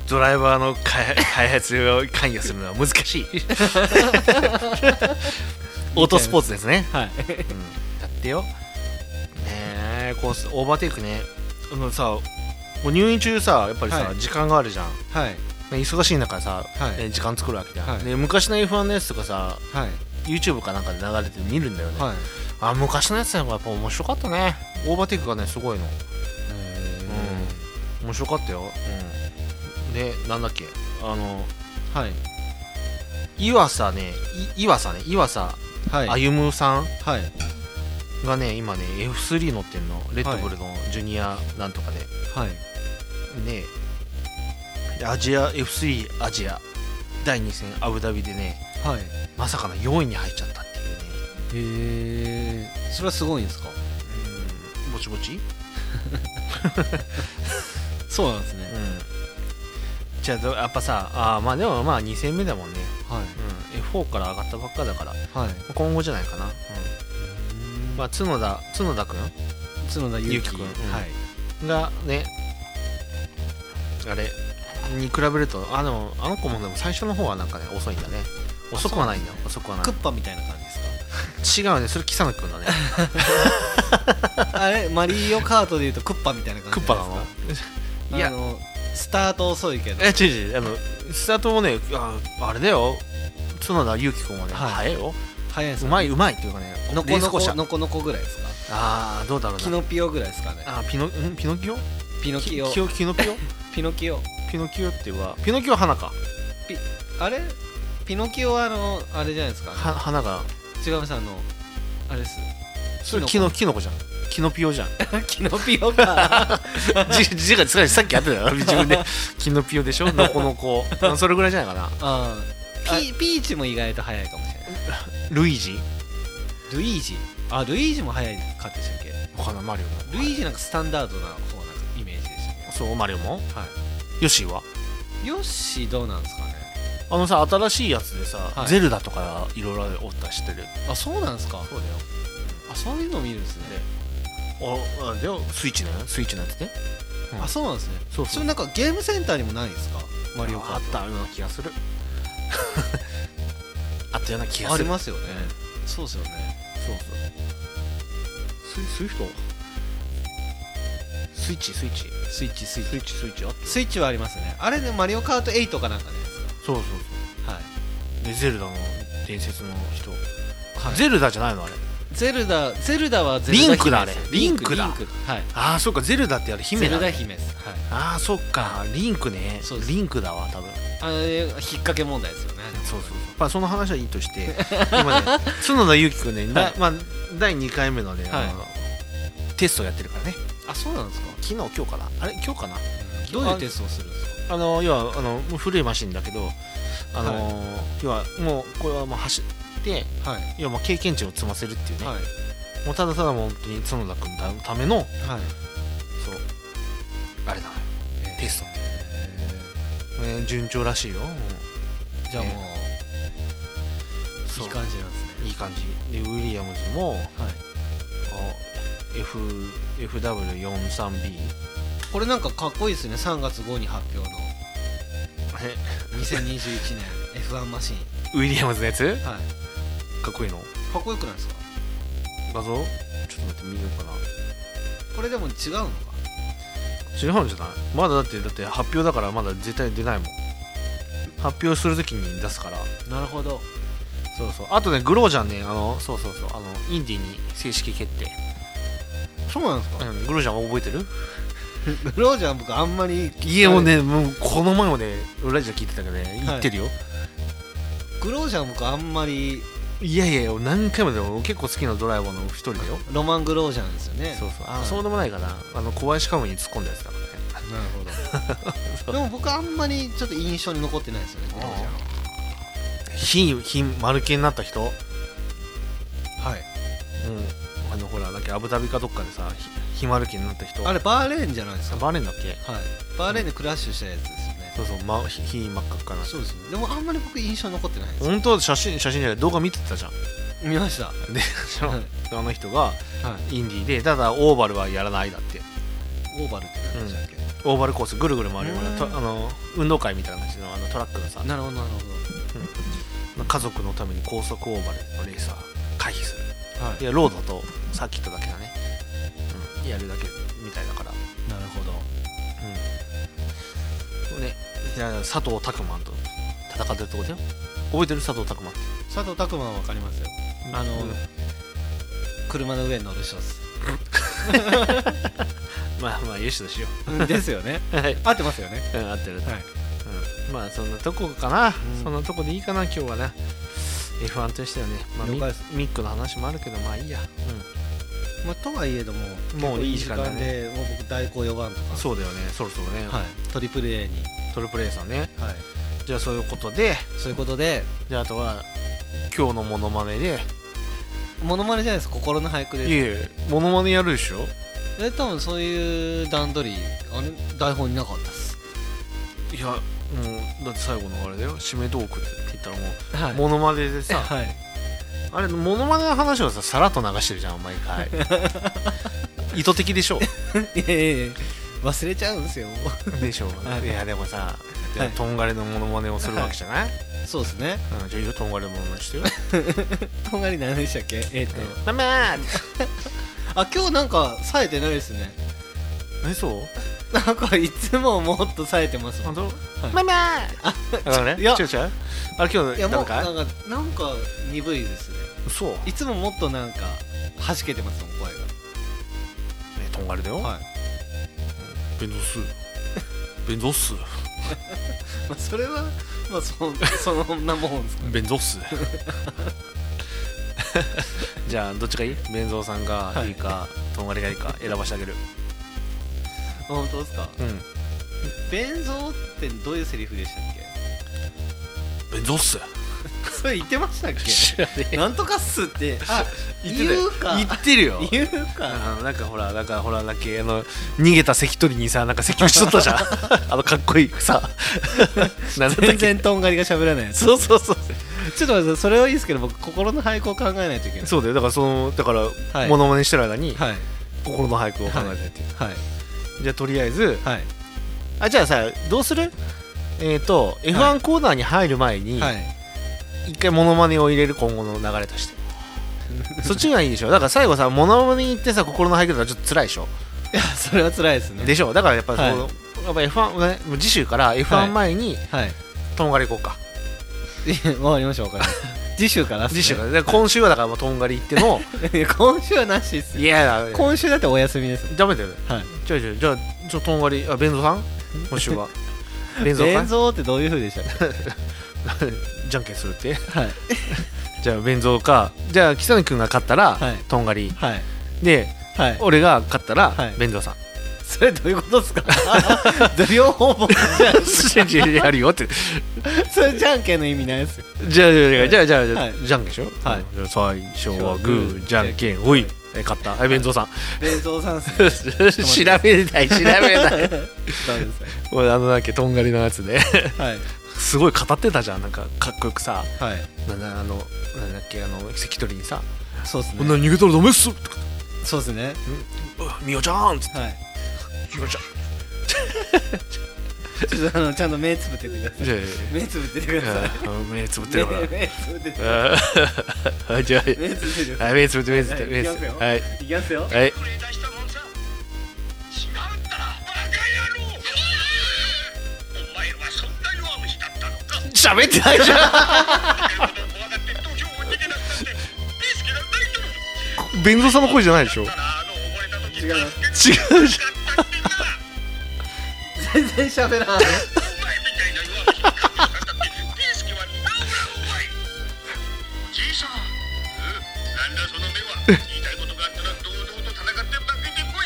Speaker 3: ドライバーの開開発を関与するのは難 しいオートスポーツですね
Speaker 2: はい
Speaker 3: やってよねえこうすオーバーテイクねあのさもう入院中さやっぱりさ、
Speaker 2: はい
Speaker 3: 時間があるじゃん、ね
Speaker 2: はい
Speaker 3: 忙しい中さ、
Speaker 2: はい
Speaker 3: ね時間作るわけじゃん、
Speaker 2: はい
Speaker 3: で昔の F1 のやつとかさ
Speaker 2: はい
Speaker 3: YouTube かなんかで流れて見るんだよね、
Speaker 2: はい
Speaker 3: あ昔のやつはやっぱ面白かったねオーバーテイクがねすごいのうん面白かったよ、うん、でなんだっけあの
Speaker 2: はい
Speaker 3: 岩佐ねい岩佐ね岩佐
Speaker 2: はいはい
Speaker 3: 歩さん
Speaker 2: はい
Speaker 3: がね今ね F3 乗ってんのレッドブルのジュニアなんとかで、
Speaker 2: はい
Speaker 3: ねでアジア F3 アジア第2戦アブダビでね
Speaker 2: はい
Speaker 3: まさかの4位に入っちゃったっていうね
Speaker 2: へえそれはすごいんですか
Speaker 3: うんぼちぼち、
Speaker 2: そうなんですね
Speaker 3: じゃあどやっぱさあーまあでもまあ2戦目だもんね、
Speaker 2: はい
Speaker 3: うん、F4 から上がったばっかだから
Speaker 2: はい
Speaker 3: 今後じゃないかな、うんまあ、角田角田君
Speaker 2: 角田
Speaker 3: ゆ
Speaker 2: 裕
Speaker 3: う
Speaker 2: 樹
Speaker 3: きくん
Speaker 2: はい
Speaker 3: がねあれに比べるとあでもあの子もでも最初の方はなんかね遅いんだね遅くはないんだよ遅くはない
Speaker 2: クッパみたいな感じです
Speaker 3: 違うねそれ木更木君だね
Speaker 2: か あれマリオカートでいうとクッパみたいな感じ
Speaker 3: クッパなの
Speaker 2: の
Speaker 3: い
Speaker 2: い
Speaker 3: や
Speaker 2: やスタート遅いけど
Speaker 3: え違う違うあのスタートもねああれだよ角田裕樹君はね、
Speaker 2: はい
Speaker 3: 早いよ
Speaker 2: 早いです
Speaker 3: う
Speaker 2: ね
Speaker 3: まいうまいっていうかね
Speaker 2: のこ
Speaker 3: レー
Speaker 2: の
Speaker 3: ス後者
Speaker 2: このこのこぐらいですか
Speaker 3: ああどうだろう
Speaker 2: キ
Speaker 3: な
Speaker 2: ノピオぐらいですかね
Speaker 3: あピノんピノキオ
Speaker 2: ピノキオ
Speaker 3: キオキノ ピオ
Speaker 2: ピノキオ
Speaker 3: ピノキオってはピノキオは花か
Speaker 2: あれピノキオはあのあれじゃないですか
Speaker 3: は花が
Speaker 2: 違うさんのあれです
Speaker 3: それキ
Speaker 2: キ
Speaker 3: ノキノコじゃん キノピオじゃん
Speaker 2: キノピオ か
Speaker 3: じ字が疲れてさっきやってたよ 自分でキノピオで しょノコノコあそれぐらいじゃないかな
Speaker 2: あピピーチも意外と早いかもしれない
Speaker 3: ルイージ
Speaker 2: ルイージあルイージも早いかってしたっけ
Speaker 3: わかんないマリオ
Speaker 2: ルイージなんかスタンダードな方なイメージでした
Speaker 3: も
Speaker 2: ね
Speaker 3: そうマリオも
Speaker 2: は
Speaker 3: ヨッシーはい
Speaker 2: ヨッシーどうなんですかね
Speaker 3: あのさ新しいやつでさ、
Speaker 2: はい
Speaker 3: ゼルダとかいろいろおったら知ってる
Speaker 2: あそうなんですかそうだよあそういうの見るんですね
Speaker 3: おあれだよスイッチのやつスイッチのやつねうん
Speaker 2: あそうなんですね
Speaker 3: そう
Speaker 2: そ
Speaker 3: そう
Speaker 2: れなんかゲームセンターにもないんですかマリオカ
Speaker 3: あっ
Speaker 2: ート
Speaker 3: たような気がする あったような気が
Speaker 2: あ
Speaker 3: す
Speaker 2: り
Speaker 3: る
Speaker 2: ますよねそうですよね
Speaker 3: そうそうスイスイフトスイッチスイッチ
Speaker 2: スイッチスイッ
Speaker 3: スイ
Speaker 2: チ
Speaker 3: ッチスイッチあった
Speaker 2: スイッチはありますねあれでマリオカート8かなんかじゃないです
Speaker 3: そうそうそ
Speaker 2: かはいう
Speaker 3: でゼルダの伝説の人、
Speaker 2: はい
Speaker 3: ゼルダじゃないのあれ
Speaker 2: ゼルダゼルダはゼルダ
Speaker 3: リンクだ
Speaker 2: 姫です
Speaker 3: あれリンクだ
Speaker 2: リンクはい
Speaker 3: ああそっかゼルダってあれ
Speaker 2: ゼ
Speaker 3: 姫だ
Speaker 2: ルダ姫ですはい
Speaker 3: ああそっかリンクね
Speaker 2: そうです
Speaker 3: リンクだわ多分
Speaker 2: あれ引っ掛け問題ですよね
Speaker 3: そうそうそうまあその話はいいとして 今ね角田裕樹君ね、だ
Speaker 2: はい
Speaker 3: まあ、第2回目のね、あの
Speaker 2: は
Speaker 3: テストやってるからね
Speaker 2: あそうなんですか
Speaker 3: 昨日今日かなあれ今日かな
Speaker 2: どういうテストをするんです
Speaker 3: あの要はあのもう古いマシンだけどあの、要はもうこれはもう走って
Speaker 2: かはい
Speaker 3: 要はもう経験値を積ませるっていうね、
Speaker 2: はい
Speaker 3: もうただただもう本当に角田君のための
Speaker 2: はい
Speaker 3: そうあれだ
Speaker 2: えー
Speaker 3: テストね順調らしいよ、
Speaker 2: じゃあも
Speaker 3: うん
Speaker 2: う
Speaker 3: そ
Speaker 2: いうい感じなんですね
Speaker 3: いい感じでウィリアムズも
Speaker 2: はい
Speaker 3: あ F FW43B
Speaker 2: これなんかかっこいいですね3月5に発表の
Speaker 3: え
Speaker 2: 2021年 F1 マシン
Speaker 3: ウィリアムズのやつ
Speaker 2: はい
Speaker 3: かっこいいの
Speaker 2: かっこよくないですか
Speaker 3: 画像ちょっと待って見ようかな
Speaker 2: これでも違うのか
Speaker 3: 違うんじゃないまだだってだって発表だからまだ絶対出ないもん発表するときに出すから
Speaker 2: なるほど
Speaker 3: そうそうあとねグロージャンねあのそうそうそうあのインディに正式決定
Speaker 2: そうなんですか
Speaker 3: うんグロージャン覚えてる
Speaker 2: ブロージャン僕あんまり
Speaker 3: 家をね、もうこの前もねラジオ聞いてたけどね行ってるよ、
Speaker 2: クロージャン僕あんまり
Speaker 3: い、やいやいや何回もでも結構好きなドライバーの一人だよ
Speaker 2: ロマングロージャンですよね
Speaker 3: そうそう
Speaker 2: は
Speaker 3: あ
Speaker 2: い
Speaker 3: そうでもないかなあの小林カムイに突っ込んだやつだか
Speaker 2: な
Speaker 3: らね
Speaker 2: る ほどでも僕あんまりちょっと印象に残ってないですよねクロージャン
Speaker 3: 金金丸系になった人うん
Speaker 2: はい
Speaker 3: あのほらだっけアブダビかどっかでさひひ丸系になった人
Speaker 2: あれバーレーンじゃないですか
Speaker 3: バレンだっけ
Speaker 2: はいバーレーンでクラッシュしたやつですよね
Speaker 3: そうそう、ま、ひひ真っ赤っかな
Speaker 2: そうですねでもあんまり僕印象に残ってないです
Speaker 3: 本当は写真写真じゃない動画見てたじゃん
Speaker 2: 見ましたは
Speaker 3: でその
Speaker 2: はい
Speaker 3: あの人が
Speaker 2: い
Speaker 3: インディーでただオーバルはやらないだって
Speaker 2: オーバルってなんでしたっけ、
Speaker 3: オーバルコースぐるぐる回るようなと
Speaker 2: うん
Speaker 3: あの運動会みたいな感じのあのトラックのさ
Speaker 2: なるほどなるほ
Speaker 3: 家族のために高速オーバルのレースは回避する
Speaker 2: どはい
Speaker 3: やロードとサーキットだけだね、うん、やるだけみたいだから
Speaker 2: いなるほど
Speaker 3: うんねいや佐藤拓磨と戦ってるとこだよ覚えてる佐藤拓磨って
Speaker 2: 佐藤拓磨は分かりますよあの、
Speaker 3: うん
Speaker 2: 車の上に乗る人です
Speaker 3: まあまあよしとしよ
Speaker 2: ですよ ね
Speaker 3: うはい、
Speaker 2: 合ってますよね
Speaker 3: うん、合ってる、
Speaker 2: はい
Speaker 3: うん、まあそんなとこかな、
Speaker 2: うん
Speaker 3: そんなとこでいいかな今日はな F1 としてはね、まあ、ミ
Speaker 2: 了解です
Speaker 3: ミックの話もあるけどまあいいや、
Speaker 2: まあ、とはいえども
Speaker 3: もういい時間だ
Speaker 2: 結
Speaker 3: ね
Speaker 2: 構いい時間でもう僕代行呼ばんと
Speaker 3: う
Speaker 2: か
Speaker 3: ん、そうだよねそろそろね、
Speaker 2: はい、トリプル A に、
Speaker 3: トルプレイさんね
Speaker 2: はい、
Speaker 3: じゃあそういうことで
Speaker 2: そういうことで
Speaker 3: じゃああとは今日のモノマネで
Speaker 2: モノマネじゃないです心の俳句
Speaker 3: い
Speaker 2: で
Speaker 3: えモノマネやるでしょ
Speaker 2: え多分そういう段取りあれ台本になかったっす
Speaker 3: いやもうだって最後のあれだよ締めトークって言ったらもう、
Speaker 2: はい
Speaker 3: モノマネで さ
Speaker 2: はい
Speaker 3: あれモノマネの話をささらっと流してるじゃん毎回 意図的でし
Speaker 2: い
Speaker 3: ょ
Speaker 2: やいやいや忘れちゃうんですよ
Speaker 3: でしょ
Speaker 2: はい
Speaker 3: いやでもさじゃあ
Speaker 2: はい
Speaker 3: とんがりのモノマネをするわけじゃない、
Speaker 2: そうですね
Speaker 3: うん、じゃあいいよとんがりのモノマネしてよ
Speaker 2: とんがり何でしたっけえっ、と、
Speaker 3: ママー
Speaker 2: あ今日なんか冴えてないですね
Speaker 3: えそう
Speaker 2: なんかいつももっと冴えてますも
Speaker 3: 本
Speaker 2: ん
Speaker 3: 当、
Speaker 2: い
Speaker 3: ママーだからね
Speaker 2: い
Speaker 3: い
Speaker 2: や
Speaker 3: や違う違うあれ今
Speaker 2: い
Speaker 3: 日
Speaker 2: や
Speaker 3: な
Speaker 2: も
Speaker 3: ん
Speaker 2: う なんか
Speaker 3: か
Speaker 2: なんか鈍いですね
Speaker 3: そう
Speaker 2: いつももっとなんか弾けてますもん声
Speaker 3: えとんがりだよ、
Speaker 2: がはい、
Speaker 3: ベンゾスベンゾス
Speaker 2: まあ、それはまあそん そんなもんですか
Speaker 3: ベンゾス じゃあどっちがいいベンゾーさんがいいか、とんがりがいいか選ばしてあげる
Speaker 2: 本当ですか
Speaker 3: うん
Speaker 2: 弁蔵ってどういうセリフでしたっけ
Speaker 3: ベンゾス
Speaker 2: それ言ってましたっけ
Speaker 3: 知らね え
Speaker 2: なんとかっすってあ
Speaker 3: 言ってた
Speaker 2: 言
Speaker 3: よ
Speaker 2: うか
Speaker 3: 言ってるよ
Speaker 2: 言うか
Speaker 3: あのなんかほらなんかほらだっけあの逃げた関取にさなんか関をしと ったじゃんあのかっこいい さなんだったっけ
Speaker 2: 全然とんがりが喋らないやつ
Speaker 3: そうそうそう
Speaker 2: ちょっと待ってそれはいいですけど僕心の俳句を考えないといけない
Speaker 3: そうだよだからそのだから、
Speaker 2: はい
Speaker 3: モノマネしてる間に、
Speaker 2: はい
Speaker 3: 心の俳句を考えてっていう、
Speaker 2: はい
Speaker 3: じゃあとりあえず
Speaker 2: はい
Speaker 3: あじゃあさどうするえっ、と F1 コーナーに入る前に、
Speaker 2: はい
Speaker 3: 一回モノマネを入れる今後の流れとして そっちがいいでしょだから最後さモノマネに行ってさ心の俳句だからちょっと辛いでしょ
Speaker 2: いやそれは辛いですね
Speaker 3: でしょだからやっぱそ
Speaker 2: はい
Speaker 3: の、やっぱ F1 ねもう次週から
Speaker 2: はい
Speaker 3: F1 前に
Speaker 2: はい
Speaker 3: とんがり行こうか、
Speaker 2: いやわかりましたわかりました 次週からっすね
Speaker 3: 次週からで今週はだからもうとんがり行って の
Speaker 2: いや今週はなしっすよ
Speaker 3: いやいや
Speaker 2: 今週だってお休みです
Speaker 3: ダメだよ
Speaker 2: はい
Speaker 3: じゃあじゃあじゃあちょとんがりあ弁蔵さん今 週は弁蔵か
Speaker 2: 弁蔵ってどういうふうでしたっけ
Speaker 3: じゃんけんするって
Speaker 2: はい
Speaker 3: じゃあ弁蔵かじゃあ北野君が勝ったら、
Speaker 2: はい
Speaker 3: とんがり
Speaker 2: はい
Speaker 3: で
Speaker 2: はい
Speaker 3: 俺が勝ったら、
Speaker 2: はい
Speaker 3: 弁蔵さん
Speaker 2: それどういうことですか 両方 僕じゃん
Speaker 3: 信じてやるよって
Speaker 2: それじゃんけんの意味ないですよ
Speaker 3: じゃあじゃあじゃあじゃあじゃあ、
Speaker 2: はい
Speaker 3: じゃんけんでしょ、
Speaker 2: はい
Speaker 3: うんじゃあ最初はグーじゃんけんほいえ勝ったはい弁蔵さん
Speaker 2: 弁蔵さんっすね
Speaker 3: 調 べない 調べない
Speaker 2: ダメですね
Speaker 3: 俺あのなんかとんがりのやつで
Speaker 2: はい
Speaker 3: すごい語ってたじゃんなんかかっこよくさ
Speaker 2: はい
Speaker 3: なんだあのなんだっけあの関取にさ
Speaker 2: そうっす
Speaker 3: 「こんな
Speaker 2: ね
Speaker 3: に逃げたらダメっす!」とか
Speaker 2: そうっすね
Speaker 3: 「みおちゃん!」っつって
Speaker 2: はい
Speaker 3: 「みおちゃん!
Speaker 2: ちょっとあのちゃんと目つぶっててくだ」さい
Speaker 3: じゃあ
Speaker 2: 目つぶっててくださ い
Speaker 3: いや 目
Speaker 2: 目
Speaker 3: つぶってる
Speaker 2: 目
Speaker 3: から
Speaker 2: つぶってて
Speaker 3: あーはいじゃ
Speaker 2: 目つぶっててくだ
Speaker 3: あ
Speaker 2: さ
Speaker 3: はい目つぶって目つぶって
Speaker 2: はい
Speaker 3: 目つぶっ
Speaker 2: いきま
Speaker 3: て
Speaker 2: すよ
Speaker 3: はい
Speaker 2: いいきますよ
Speaker 3: はい
Speaker 6: 違うんだバカ野郎お前はそんな弱虫だったのか
Speaker 3: 喋ってない じゃ
Speaker 6: 怖がって東京を逃げ出したってビスケが誰とも
Speaker 3: ん弁蔵さんの声じゃないでしょ違
Speaker 6: あの溺れた時に
Speaker 2: 違います
Speaker 3: うじゃん
Speaker 2: 全然喋 らん
Speaker 6: お前みたいな弱虫に勝ってなんだってピースケは治らんお前じいさんなんだその目は言いたいことがあったら堂々と戦って負けてこい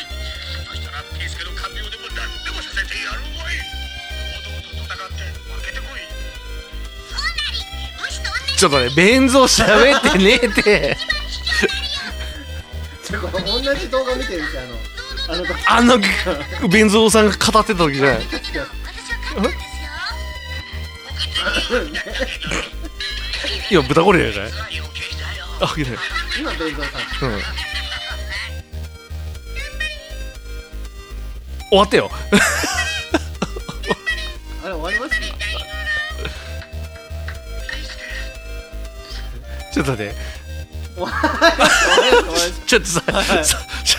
Speaker 6: そしたらピースケの看病でも何でもさせてやるお前堂々と戦って負けてこい
Speaker 3: ちょっとね弁蔵喋ってねえって
Speaker 2: ちょこれ同じ動画見てるしあのあの時
Speaker 3: あの弁蔵さんが語ってた時じゃない今豚ゴリラじゃないあいない
Speaker 2: 今弁蔵さん
Speaker 3: うん終わってよ
Speaker 2: あれ終わります今
Speaker 3: ちょっと待って
Speaker 2: 終わります終わります
Speaker 3: ちょっとささちょ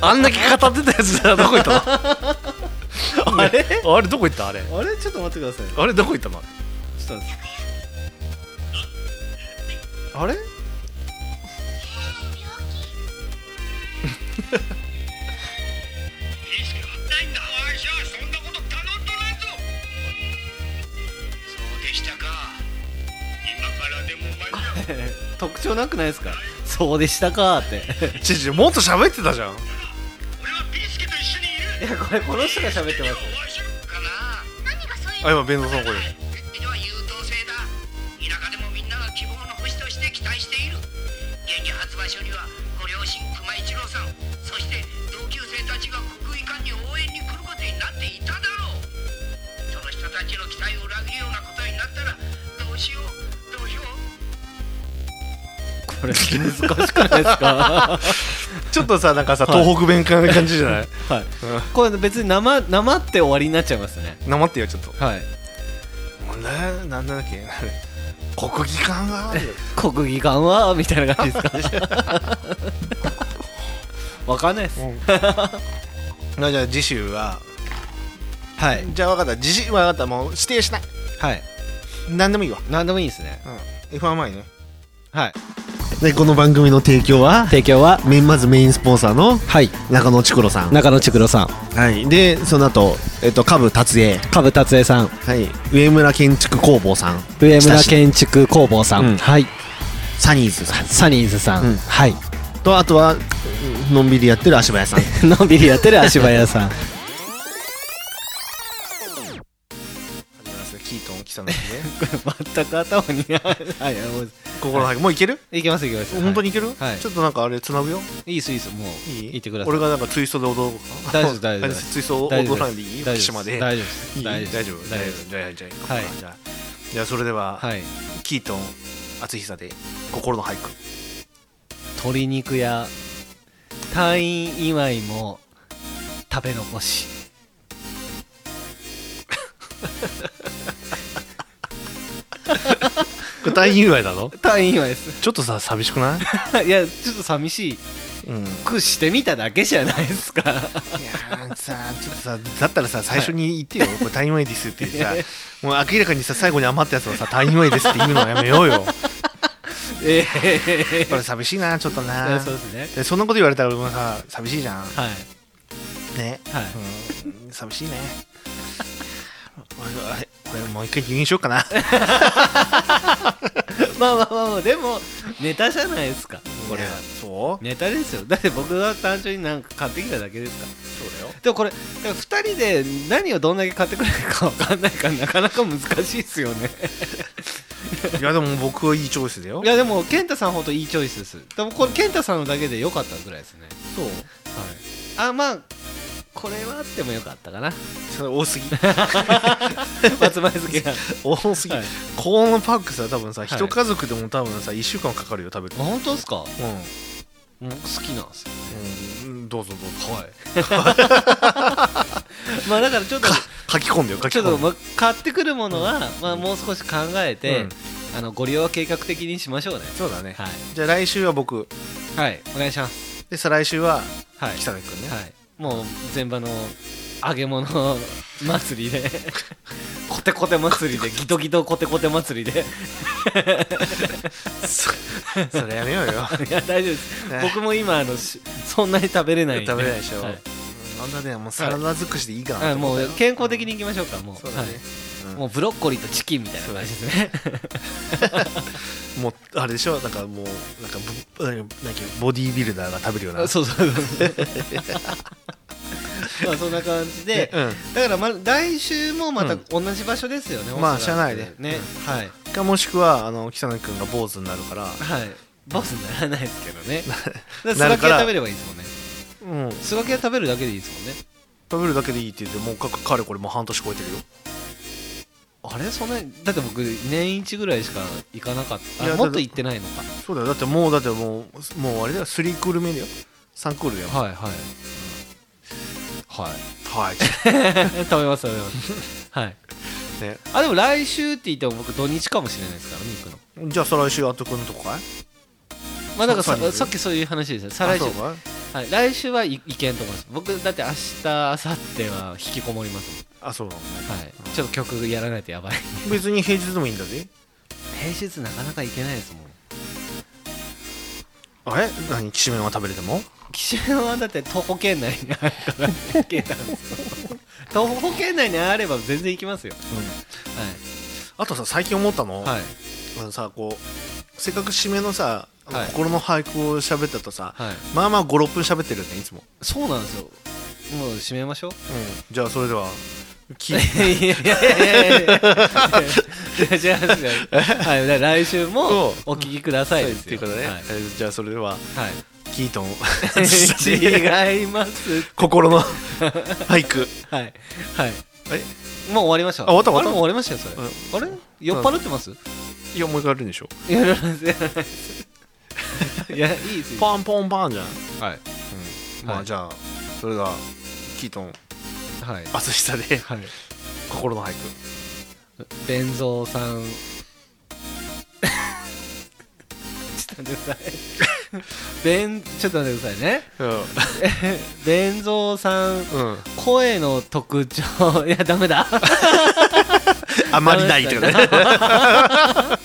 Speaker 3: あんだけ語ってたやつさどこ行ったのあれあれどこ行ったあれ
Speaker 2: あれちょっと待ってください
Speaker 3: あれどこ行った
Speaker 2: ち
Speaker 3: の
Speaker 2: ょっと待ってあれ
Speaker 6: いいしかないんだわしゃそんなこと頼んとらんぞそうでしたか今からでも間に合う
Speaker 2: 特徴なくないですかそうでしたかって
Speaker 3: ちょちょもっと喋ってたじゃん
Speaker 6: 俺はピースケと一緒にいる
Speaker 2: いやこれこの人が喋ってます
Speaker 6: お会いしようかな何がそういう
Speaker 3: あ今弁蔵さんの声です
Speaker 6: では優等生だ田舎でもみんなが希望の星として期待している元気発売所にはご両親熊一郎さんそして同級生たちが国技館に応援に来ることになっていただろうその人たちの期待を裏切るようなことになったらどうしようどうしよう
Speaker 2: これ難しくないです か
Speaker 3: ちょっとさなんかさ
Speaker 2: はい
Speaker 3: 東北弁感な感じじゃない
Speaker 2: はいこれ別に生生って終わりになっちゃいますね
Speaker 3: なまってよちょっと
Speaker 2: はい
Speaker 3: もうねなんだっけあれ国技館があるよ
Speaker 2: 国技館はみたいな感じですか わかんないです、
Speaker 3: な じゃあ次週は
Speaker 2: はい
Speaker 3: じゃあ分かった次週は分かったもう指定しない
Speaker 2: はい
Speaker 3: 何でもいいわ
Speaker 2: 何でもいいですね
Speaker 3: うん F1 前ね
Speaker 2: はい
Speaker 4: でこの番組の提供は
Speaker 7: 提供は
Speaker 4: メインまずメインスポンサーの
Speaker 7: はい
Speaker 4: 中野千黒さん、
Speaker 7: 中野千黒さん
Speaker 4: はい、でその後、えっと下部達也、
Speaker 7: 株達也さん
Speaker 4: はい、上村建築工房さん
Speaker 7: 上村建築工房さん、
Speaker 4: うん
Speaker 7: はい
Speaker 4: サニーズさ
Speaker 7: サニーズさん、
Speaker 4: うん
Speaker 7: はい
Speaker 4: んとあとはのんびりやってる足早さん
Speaker 7: のんびりやってる足早さん
Speaker 3: キートン来たんだね
Speaker 2: 全く頭にはいもう
Speaker 3: 心のもういける
Speaker 2: いけますいけます
Speaker 3: 本当にいける
Speaker 2: はい
Speaker 3: ちょっとなんかあれつなぐよ
Speaker 2: いいですいいですもう
Speaker 3: いい
Speaker 2: 言ってください
Speaker 3: 俺がなんかツイストで踊ろうか
Speaker 2: 大丈夫大丈夫
Speaker 3: あツイスト
Speaker 2: 大丈夫
Speaker 3: 踊らないでい
Speaker 2: 大
Speaker 3: い福
Speaker 2: 丈夫
Speaker 3: 島
Speaker 2: で
Speaker 3: です
Speaker 2: 大丈夫です
Speaker 3: いい
Speaker 2: 大
Speaker 3: 大
Speaker 2: 丈夫です
Speaker 3: 丈夫
Speaker 2: 大
Speaker 3: 大
Speaker 2: 丈
Speaker 3: 丈
Speaker 2: 夫
Speaker 3: 夫じゃあじゃあ行こうか
Speaker 2: はい
Speaker 3: じゃあじゃあそれでは
Speaker 2: はい
Speaker 3: キートン厚久で心の俳句
Speaker 2: 鶏肉や退院祝いも食べ残し
Speaker 3: これ大友愛 だぞ
Speaker 2: 退院祝いです
Speaker 3: ちょっとさ寂しくない
Speaker 2: いやちょっと寂し
Speaker 3: うん
Speaker 2: くしてみただけじゃないですか
Speaker 3: いやーさちょっとさだったらさ最初に言ってよ、これタイムワイですって言ってさもう明らかにさ最後に余ったやつをさタイムワイですって言うのはやめよ うよ
Speaker 2: ええ
Speaker 3: これ寂しいなちょっとな
Speaker 2: そうですね
Speaker 3: でそんなこと言われたら俺もさ寂しいじゃん
Speaker 2: はい
Speaker 3: ね
Speaker 2: はい
Speaker 3: うん寂しいね俺あれ俺もう一回入院しようかな
Speaker 2: まあまあまあまあでもネタじゃないですかこれは
Speaker 3: そう
Speaker 2: ネタですよだって僕は単純になんか買ってきただけですからそうだよでもこれだから二人で何をどんだけ買ってくれるかわかんないからなかなか難しいですよね
Speaker 3: いやでも僕はいいチョイスだよ
Speaker 2: いやでも健太さんほんといいチョイスですでもこれ健太さんのだけで良かったぐらいですね
Speaker 3: そう
Speaker 2: はいあまあこれはあってもよかったか な
Speaker 3: それ多すぎ
Speaker 2: 松前漬けが
Speaker 3: 多すぎ、
Speaker 2: はい
Speaker 3: コーンパックさ多分さ
Speaker 2: い
Speaker 3: 一家族でも多分さ1週間かかるよ食べる
Speaker 2: あ本当ですか
Speaker 3: うん
Speaker 2: 僕好きなんですよ
Speaker 3: うんどうぞどうぞはい
Speaker 2: まあだからちょっと
Speaker 3: 書き込んでよ書き
Speaker 2: ちょっ
Speaker 3: 込
Speaker 2: と
Speaker 3: んで
Speaker 2: ま買ってくるものは、まあ、もう少し考えて、あのご利用は計画的にしましょうね
Speaker 3: そうだね
Speaker 2: はい、
Speaker 3: じゃあ来週は僕
Speaker 2: はい、お願いします
Speaker 3: で再来週は
Speaker 2: はい、
Speaker 3: 北谷君ね
Speaker 2: はい、もう前場の揚げ物祭りで コテコテ祭りでギトギトコテコテ祭り で
Speaker 3: それや めようよ
Speaker 2: いや大丈夫です
Speaker 3: ね
Speaker 2: 僕も今あのしそんなに食べれないんで
Speaker 3: 食べれないでしょ
Speaker 2: はい、
Speaker 3: そんなねもうサラダ尽くしでいいかな
Speaker 2: はい
Speaker 3: と
Speaker 2: も
Speaker 3: 思ったよ
Speaker 2: う健康的にいきましょうかもう
Speaker 3: そうだね、
Speaker 2: はいもうブロッコリーとチキンみたいな感じですね
Speaker 3: もうあれでしょなんかもうなんかぶなんかなんかボディービルダーが食べるよう な
Speaker 2: そうそうそうまあそんな感じで、
Speaker 3: うん
Speaker 2: だからま来週もまた
Speaker 3: うん
Speaker 2: 同じ場所ですよね、
Speaker 3: まあ
Speaker 2: おそ
Speaker 3: 車
Speaker 2: ら
Speaker 3: 内
Speaker 2: く
Speaker 3: で
Speaker 2: ね、はい
Speaker 3: かもしくはあの北野君が坊主になるから
Speaker 2: はいボスにならないですけど ねだからス
Speaker 3: な
Speaker 2: ロ
Speaker 3: る
Speaker 2: キ
Speaker 3: か
Speaker 2: ア
Speaker 3: ら
Speaker 2: 食べればいいですもんね
Speaker 3: うん
Speaker 2: スロキア食べるだけでいいです
Speaker 3: 食べるだけでいいって言ってもうかかれこれもう半年超えてるよ
Speaker 2: もんねあれそんなだって僕年一ぐらいしか行かなかっ
Speaker 3: い
Speaker 2: た
Speaker 3: や
Speaker 2: あもっと行ってないのか
Speaker 3: そうだよだってもうだってもうもうあれだよ3クール目だよ3クールだよ
Speaker 2: はいはいはい
Speaker 3: はい
Speaker 2: 食べます食べます はい
Speaker 3: ね
Speaker 2: あでも来週って言っても僕土日かもしれないですからね行くの
Speaker 3: じゃあ再来週あとくんのとこかい
Speaker 2: まあだから
Speaker 3: そうそう
Speaker 2: ささっきそういう話ですよ再来週
Speaker 3: あそうか
Speaker 2: は
Speaker 3: い
Speaker 2: い来週はい行けんと思います僕だって明日明後日は引きこもります
Speaker 3: あそうなのね
Speaker 2: もんはいちょっと曲やらないとやばい
Speaker 3: 別に平日でもいいんだぜ
Speaker 2: 平日なかなか行けないですもん
Speaker 3: あれ何きしめんは食べれても
Speaker 2: 岸辺はだって徒歩圏内にあるから行けたんですよ徒歩圏内にあれば全然行きますよ、
Speaker 3: あとさ最近思ったの、
Speaker 2: はいはい
Speaker 3: あのさこうせっかく締めのさ、あの
Speaker 2: はい
Speaker 3: 心の俳句を喋ったとさ、
Speaker 2: はい
Speaker 3: まあまあ56分喋ってるよねいつも、
Speaker 2: そうなんですよもう締めましょう
Speaker 3: じゃあそれでは聞い
Speaker 2: いやいやいやいやいやいや違いますよはい、だから来週も
Speaker 3: そう
Speaker 2: お聞きくださいで
Speaker 3: っ
Speaker 2: す
Speaker 3: てい
Speaker 2: よ
Speaker 3: うことで、ね
Speaker 2: はい
Speaker 3: えーじゃあそれではキートン
Speaker 2: はい、違います
Speaker 3: 心 の俳句
Speaker 2: はいはい
Speaker 3: え
Speaker 2: もう終わりました
Speaker 3: あ終わった終わ
Speaker 2: あ
Speaker 3: った
Speaker 2: れもう終わりましたよそれ、あれ酔っ払ってます
Speaker 3: いやもう一回やるんでしょ
Speaker 2: いややらないですやらないですいやいいですよ
Speaker 3: パンポンパンじゃん、
Speaker 2: はい
Speaker 3: ま
Speaker 2: は
Speaker 3: あ
Speaker 2: い
Speaker 3: じゃあそれではキートン
Speaker 2: はい
Speaker 3: 淳久で
Speaker 2: はい
Speaker 3: 心の俳句
Speaker 2: 弁蔵さんちょっと待って ください弁ちょっと待ってくださいね
Speaker 3: う
Speaker 2: 弁蔵さん
Speaker 3: ん、うん、
Speaker 2: 声の特徴いやダメだ
Speaker 3: あまりないって ことね
Speaker 2: あ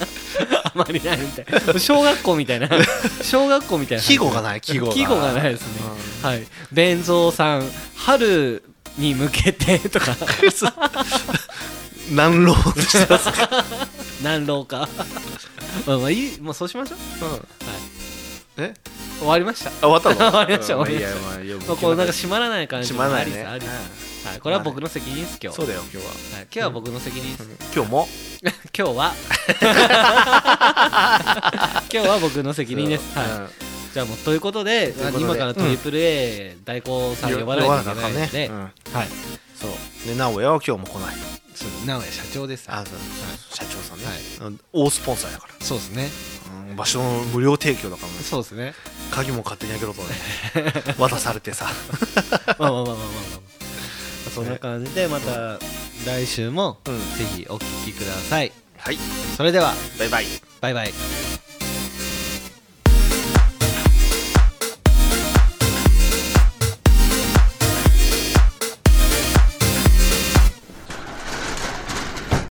Speaker 2: まりないみたいな小学校みたいな小学校みたいな
Speaker 3: 季語がない季語が
Speaker 2: 季語がないですね、はい弁蔵さん春に向けて と か
Speaker 3: 難浪としてます、
Speaker 2: 何浪かまあまあいいもうそうしましょう
Speaker 3: え
Speaker 2: 終わりました
Speaker 3: あ終わったの
Speaker 2: 終わりました
Speaker 3: うん
Speaker 2: 終わりました
Speaker 3: いやいやいやもう
Speaker 2: まあこうなんか締まらない感じ
Speaker 3: 閉
Speaker 2: も
Speaker 3: まら
Speaker 2: あ
Speaker 3: な
Speaker 2: り
Speaker 3: い
Speaker 2: つ
Speaker 3: ね
Speaker 2: ありつはいこれは僕の責任です今日
Speaker 3: そうだよ今日は
Speaker 2: はい今日は僕の責任です
Speaker 3: 今日も
Speaker 2: 今日 は今日は僕の責任ですはいじゃあもうということで
Speaker 3: ということで
Speaker 2: 今からトリプル A 代行さん呼ばないといけないので、
Speaker 3: ねうん
Speaker 2: はい
Speaker 3: そうで直哉は今日も来ない
Speaker 2: そう名古屋社長です
Speaker 3: あそう社長さんね
Speaker 2: はい
Speaker 3: うん大スポンサーだか
Speaker 2: そうですね
Speaker 3: らうん場所の無料提供だからね
Speaker 2: そうですね
Speaker 3: 鍵も勝手に開けろとね 渡されてさ
Speaker 2: まあまあまあまあまあまあそんな感じでまた来週も
Speaker 3: うん
Speaker 2: ぜひお聞きください
Speaker 3: はい
Speaker 2: それでは
Speaker 3: バイバイ
Speaker 2: バイバイ